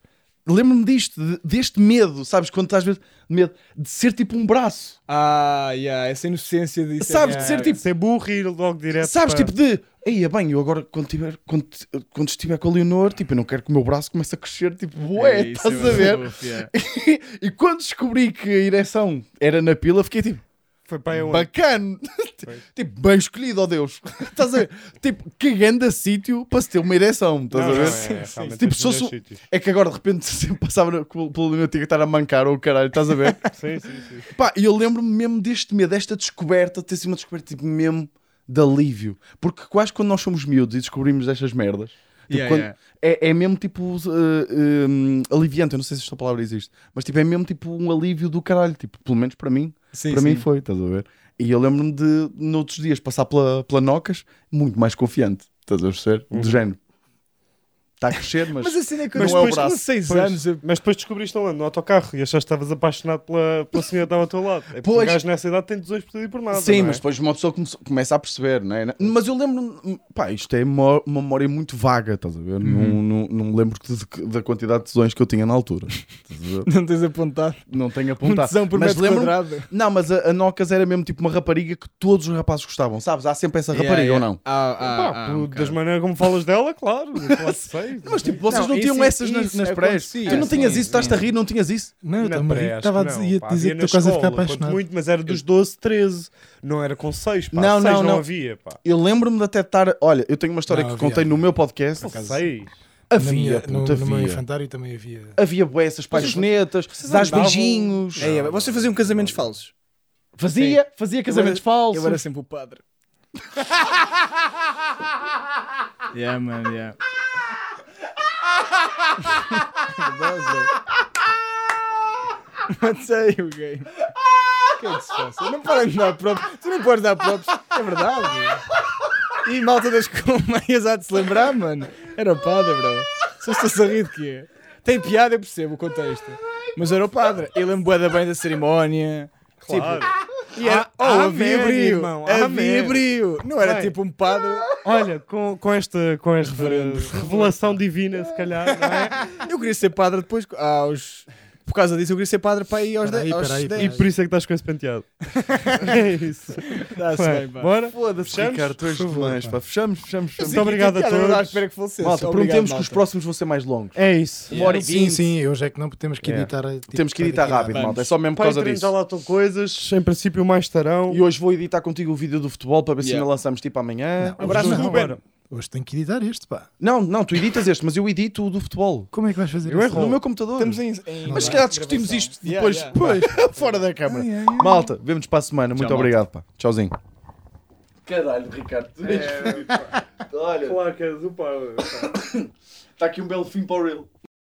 [SPEAKER 3] lembro-me disto, de- deste medo, sabes? Quando estás vezes medo de ser tipo um braço.
[SPEAKER 1] Ah, yeah, essa inocência de isso é-
[SPEAKER 3] Sabes, de ser tipo.
[SPEAKER 2] Ser burro e ir logo direto.
[SPEAKER 3] Sabes,
[SPEAKER 2] para-
[SPEAKER 3] tipo de. Aí é bem, eu agora quando, tiver, quando, quando estiver com a Leonor, tipo, eu não quero que o meu braço comece a crescer, tipo, ué,
[SPEAKER 1] É isso,
[SPEAKER 3] estás
[SPEAKER 1] mano.
[SPEAKER 3] a ver?
[SPEAKER 1] Uf, yeah.
[SPEAKER 3] e quando descobri que a ereção era na pila, fiquei tipo,
[SPEAKER 2] Foi para aí um
[SPEAKER 3] bacana,
[SPEAKER 2] Pois.
[SPEAKER 3] tipo, bem escolhido, ó Deus, estás a ver? Tipo, que grande sítio para se ter uma ereção, estás a ver?
[SPEAKER 1] é,
[SPEAKER 2] é,
[SPEAKER 3] Tipo, se fosse-
[SPEAKER 2] Sim,
[SPEAKER 3] É que agora de repente sempre passava na- pelo pelo meu tinha que estar a mancar ou o caralho, estás a ver?
[SPEAKER 2] sim, sim.
[SPEAKER 3] Pá, e eu lembro-me mesmo deste medo, desta descoberta, ter sido uma descoberta tipo mesmo de alívio. Porque quase quando nós somos miúdos e descobrimos destas merdas, tipo,
[SPEAKER 1] Yeah,
[SPEAKER 3] quando-
[SPEAKER 1] yeah.
[SPEAKER 3] É, é mesmo tipo eh, hum, aliviante, eu não sei se esta palavra existe, mas tipo, é mesmo tipo um alívio do caralho, tipo, pelo menos para mim,
[SPEAKER 1] Sim,
[SPEAKER 3] para
[SPEAKER 1] sim.
[SPEAKER 3] mim foi, estás a ver? E eu lembro-me de, noutros dias, passar pela, pela Nocas muito mais confiante, estás a perceber?
[SPEAKER 1] Uhum.
[SPEAKER 3] Do género. Está a crescer, mas...
[SPEAKER 1] Mas a cena é que eu
[SPEAKER 3] Não é o
[SPEAKER 1] depois
[SPEAKER 3] braço.
[SPEAKER 1] com 6
[SPEAKER 2] Pois.
[SPEAKER 1] anos. eu-
[SPEAKER 2] Mas depois descobriste onde? No autocarro e achaste que estavas apaixonado pela, pela senhora que estava ao teu lado. É porque
[SPEAKER 3] Pois.
[SPEAKER 2] o gajo nessa idade tem 18 por tudo e por nada.
[SPEAKER 3] Sim,
[SPEAKER 2] não é?
[SPEAKER 3] mas depois uma pessoa começou- começa a perceber, não é? Mas eu lembro-me, pá, isto é mo- uma memória muito vaga, estás a ver? Não, não, não me lembro que- de- da quantidade de tesões que eu tinha na altura. Estás a ver?
[SPEAKER 1] Não tens apontado.
[SPEAKER 3] não tenho
[SPEAKER 1] Um
[SPEAKER 3] apontado.
[SPEAKER 1] tesão por
[SPEAKER 3] mas
[SPEAKER 1] metro
[SPEAKER 3] lembro-me
[SPEAKER 1] quadrado.
[SPEAKER 3] Não, mas a, a Nocas era mesmo tipo uma rapariga que todos os rapazes gostavam, sabes? Há sempre essa rapariga
[SPEAKER 1] Yeah, yeah.
[SPEAKER 3] ou não?
[SPEAKER 1] Ah, ah,
[SPEAKER 2] Pá,
[SPEAKER 1] ah,
[SPEAKER 2] por-
[SPEAKER 1] um
[SPEAKER 2] das
[SPEAKER 1] bocado.
[SPEAKER 2] maneiras como falas dela, claro. claro que sei.
[SPEAKER 3] Mas tipo, vocês não,
[SPEAKER 1] Não,
[SPEAKER 3] tinham
[SPEAKER 1] isso-
[SPEAKER 3] essas nas,
[SPEAKER 1] isso
[SPEAKER 3] nas prés. Tu
[SPEAKER 1] acontecia,
[SPEAKER 3] não tinhas
[SPEAKER 1] sim,
[SPEAKER 3] isso, estás-te a
[SPEAKER 1] sim.
[SPEAKER 3] rir, não tinhas isso?
[SPEAKER 4] Não, eu
[SPEAKER 2] Na
[SPEAKER 4] também
[SPEAKER 2] pré, acho
[SPEAKER 4] estava a
[SPEAKER 2] que
[SPEAKER 4] dizer-
[SPEAKER 2] não,
[SPEAKER 4] ia-te
[SPEAKER 2] pá,
[SPEAKER 4] dizer
[SPEAKER 2] havia
[SPEAKER 4] que
[SPEAKER 2] na
[SPEAKER 4] estou quase a é? ficar
[SPEAKER 2] escola, quanto
[SPEAKER 4] apaixonado.
[SPEAKER 2] muito, mas era dos 12, 13. Não era com 6, pá.
[SPEAKER 3] Não,
[SPEAKER 2] 6
[SPEAKER 3] não,
[SPEAKER 2] não,
[SPEAKER 3] não.
[SPEAKER 2] havia, pá.
[SPEAKER 3] Eu lembro-me de até estar. Olha, eu tenho uma história
[SPEAKER 4] Não,
[SPEAKER 3] que
[SPEAKER 4] havia,
[SPEAKER 3] contei no
[SPEAKER 4] havia.
[SPEAKER 3] meu podcast.
[SPEAKER 2] Com 6.
[SPEAKER 4] Na
[SPEAKER 3] Havia,
[SPEAKER 4] minha- no,
[SPEAKER 3] puta,
[SPEAKER 4] no meu
[SPEAKER 3] havia.
[SPEAKER 4] infantário também havia.
[SPEAKER 3] Havia bué, essas paixonetas, dás
[SPEAKER 2] andavam-
[SPEAKER 3] beijinhos.
[SPEAKER 1] É, é, um- vocês faziam casamentos falsos.
[SPEAKER 3] Fazia, fazia casamentos
[SPEAKER 1] Eu era-
[SPEAKER 3] falsos.
[SPEAKER 1] Eu era sempre o padre. yeah, man, yeah. Verdade, bro. Matei o game. O que é que se passa? Não podem dar próprios. Tu não podes dar próprios. É verdade. bro. E malta das colmeias há de se lembrar, mano. Era o padre, bro. Só estou a rir de que é. Tem piada, eu percebo o contexto. Mas era o padre. Ele lembra bem da cerimónia. Tipo,
[SPEAKER 2] Claro.
[SPEAKER 1] E era, oh,
[SPEAKER 2] amém,
[SPEAKER 1] havia brilho,
[SPEAKER 2] Ah, irmão, Ah,
[SPEAKER 1] havia
[SPEAKER 2] amém.
[SPEAKER 1] brilho. É Não era
[SPEAKER 2] Bem.
[SPEAKER 1] tipo um padre.
[SPEAKER 2] Olha, com, com esta, com esta revelação divina, se calhar, não é?
[SPEAKER 1] Eu queria ser padre depois, aos... por causa disso eu queria ser padre para ir aos
[SPEAKER 4] Peraí,
[SPEAKER 1] 10. aos
[SPEAKER 4] peraí,
[SPEAKER 1] dez.
[SPEAKER 2] E por isso é que estás com esse penteado. é isso.
[SPEAKER 1] Dá-se
[SPEAKER 2] Bem,
[SPEAKER 1] bem, pá.
[SPEAKER 2] bora?
[SPEAKER 3] Foda-se,
[SPEAKER 2] Fechamos?
[SPEAKER 3] Ricardo, tu és
[SPEAKER 2] Por favor,
[SPEAKER 3] demais, pá. Fechamos, fechamos, fechamos.
[SPEAKER 2] Muito obrigado a
[SPEAKER 1] Piada, eu
[SPEAKER 2] todos.
[SPEAKER 1] não espera que falecesse.
[SPEAKER 3] Malta,
[SPEAKER 1] Obrigado,
[SPEAKER 3] prometemos que os
[SPEAKER 1] malta.
[SPEAKER 3] próximos vão ser mais longos.
[SPEAKER 2] É isso.
[SPEAKER 3] Uma hora e
[SPEAKER 4] Sim,
[SPEAKER 3] vinte.
[SPEAKER 4] sim, hoje é que não temos que
[SPEAKER 2] Yeah.
[SPEAKER 4] editar. tipo,
[SPEAKER 3] Temos que editar
[SPEAKER 4] daqui a nada.
[SPEAKER 3] rápido,
[SPEAKER 1] vamos.
[SPEAKER 3] malta. É só mesmo por
[SPEAKER 2] Pai,
[SPEAKER 3] causa
[SPEAKER 2] teremos
[SPEAKER 3] disso.
[SPEAKER 2] já lá estão coisas. Em princípio, mais estarão.
[SPEAKER 3] E hoje vou editar contigo o vídeo do futebol para ver se
[SPEAKER 1] Yeah.
[SPEAKER 3] ainda lançamos tipo amanhã.
[SPEAKER 4] Não,
[SPEAKER 2] Abraço,
[SPEAKER 4] hoje não,
[SPEAKER 2] Ruben.
[SPEAKER 4] agora. Hoje tenho que editar este, pá.
[SPEAKER 3] Não, não, tu editas este, mas eu edito o do futebol.
[SPEAKER 4] Como é que vais fazer
[SPEAKER 2] Eu
[SPEAKER 4] isso?
[SPEAKER 2] erro.
[SPEAKER 3] No meu computador.
[SPEAKER 1] Estamos em, em-
[SPEAKER 3] Mas se calhar discutimos isto
[SPEAKER 1] Yeah,
[SPEAKER 3] depois,
[SPEAKER 1] yeah.
[SPEAKER 3] depois, fora da câmara. Malta, vemos para a semana. Muito obrigado, pá. Tchauzinho. Caralho, Ricardo. Olha,
[SPEAKER 2] Placas, opa.
[SPEAKER 3] está tá aqui um belo fim para o Reel.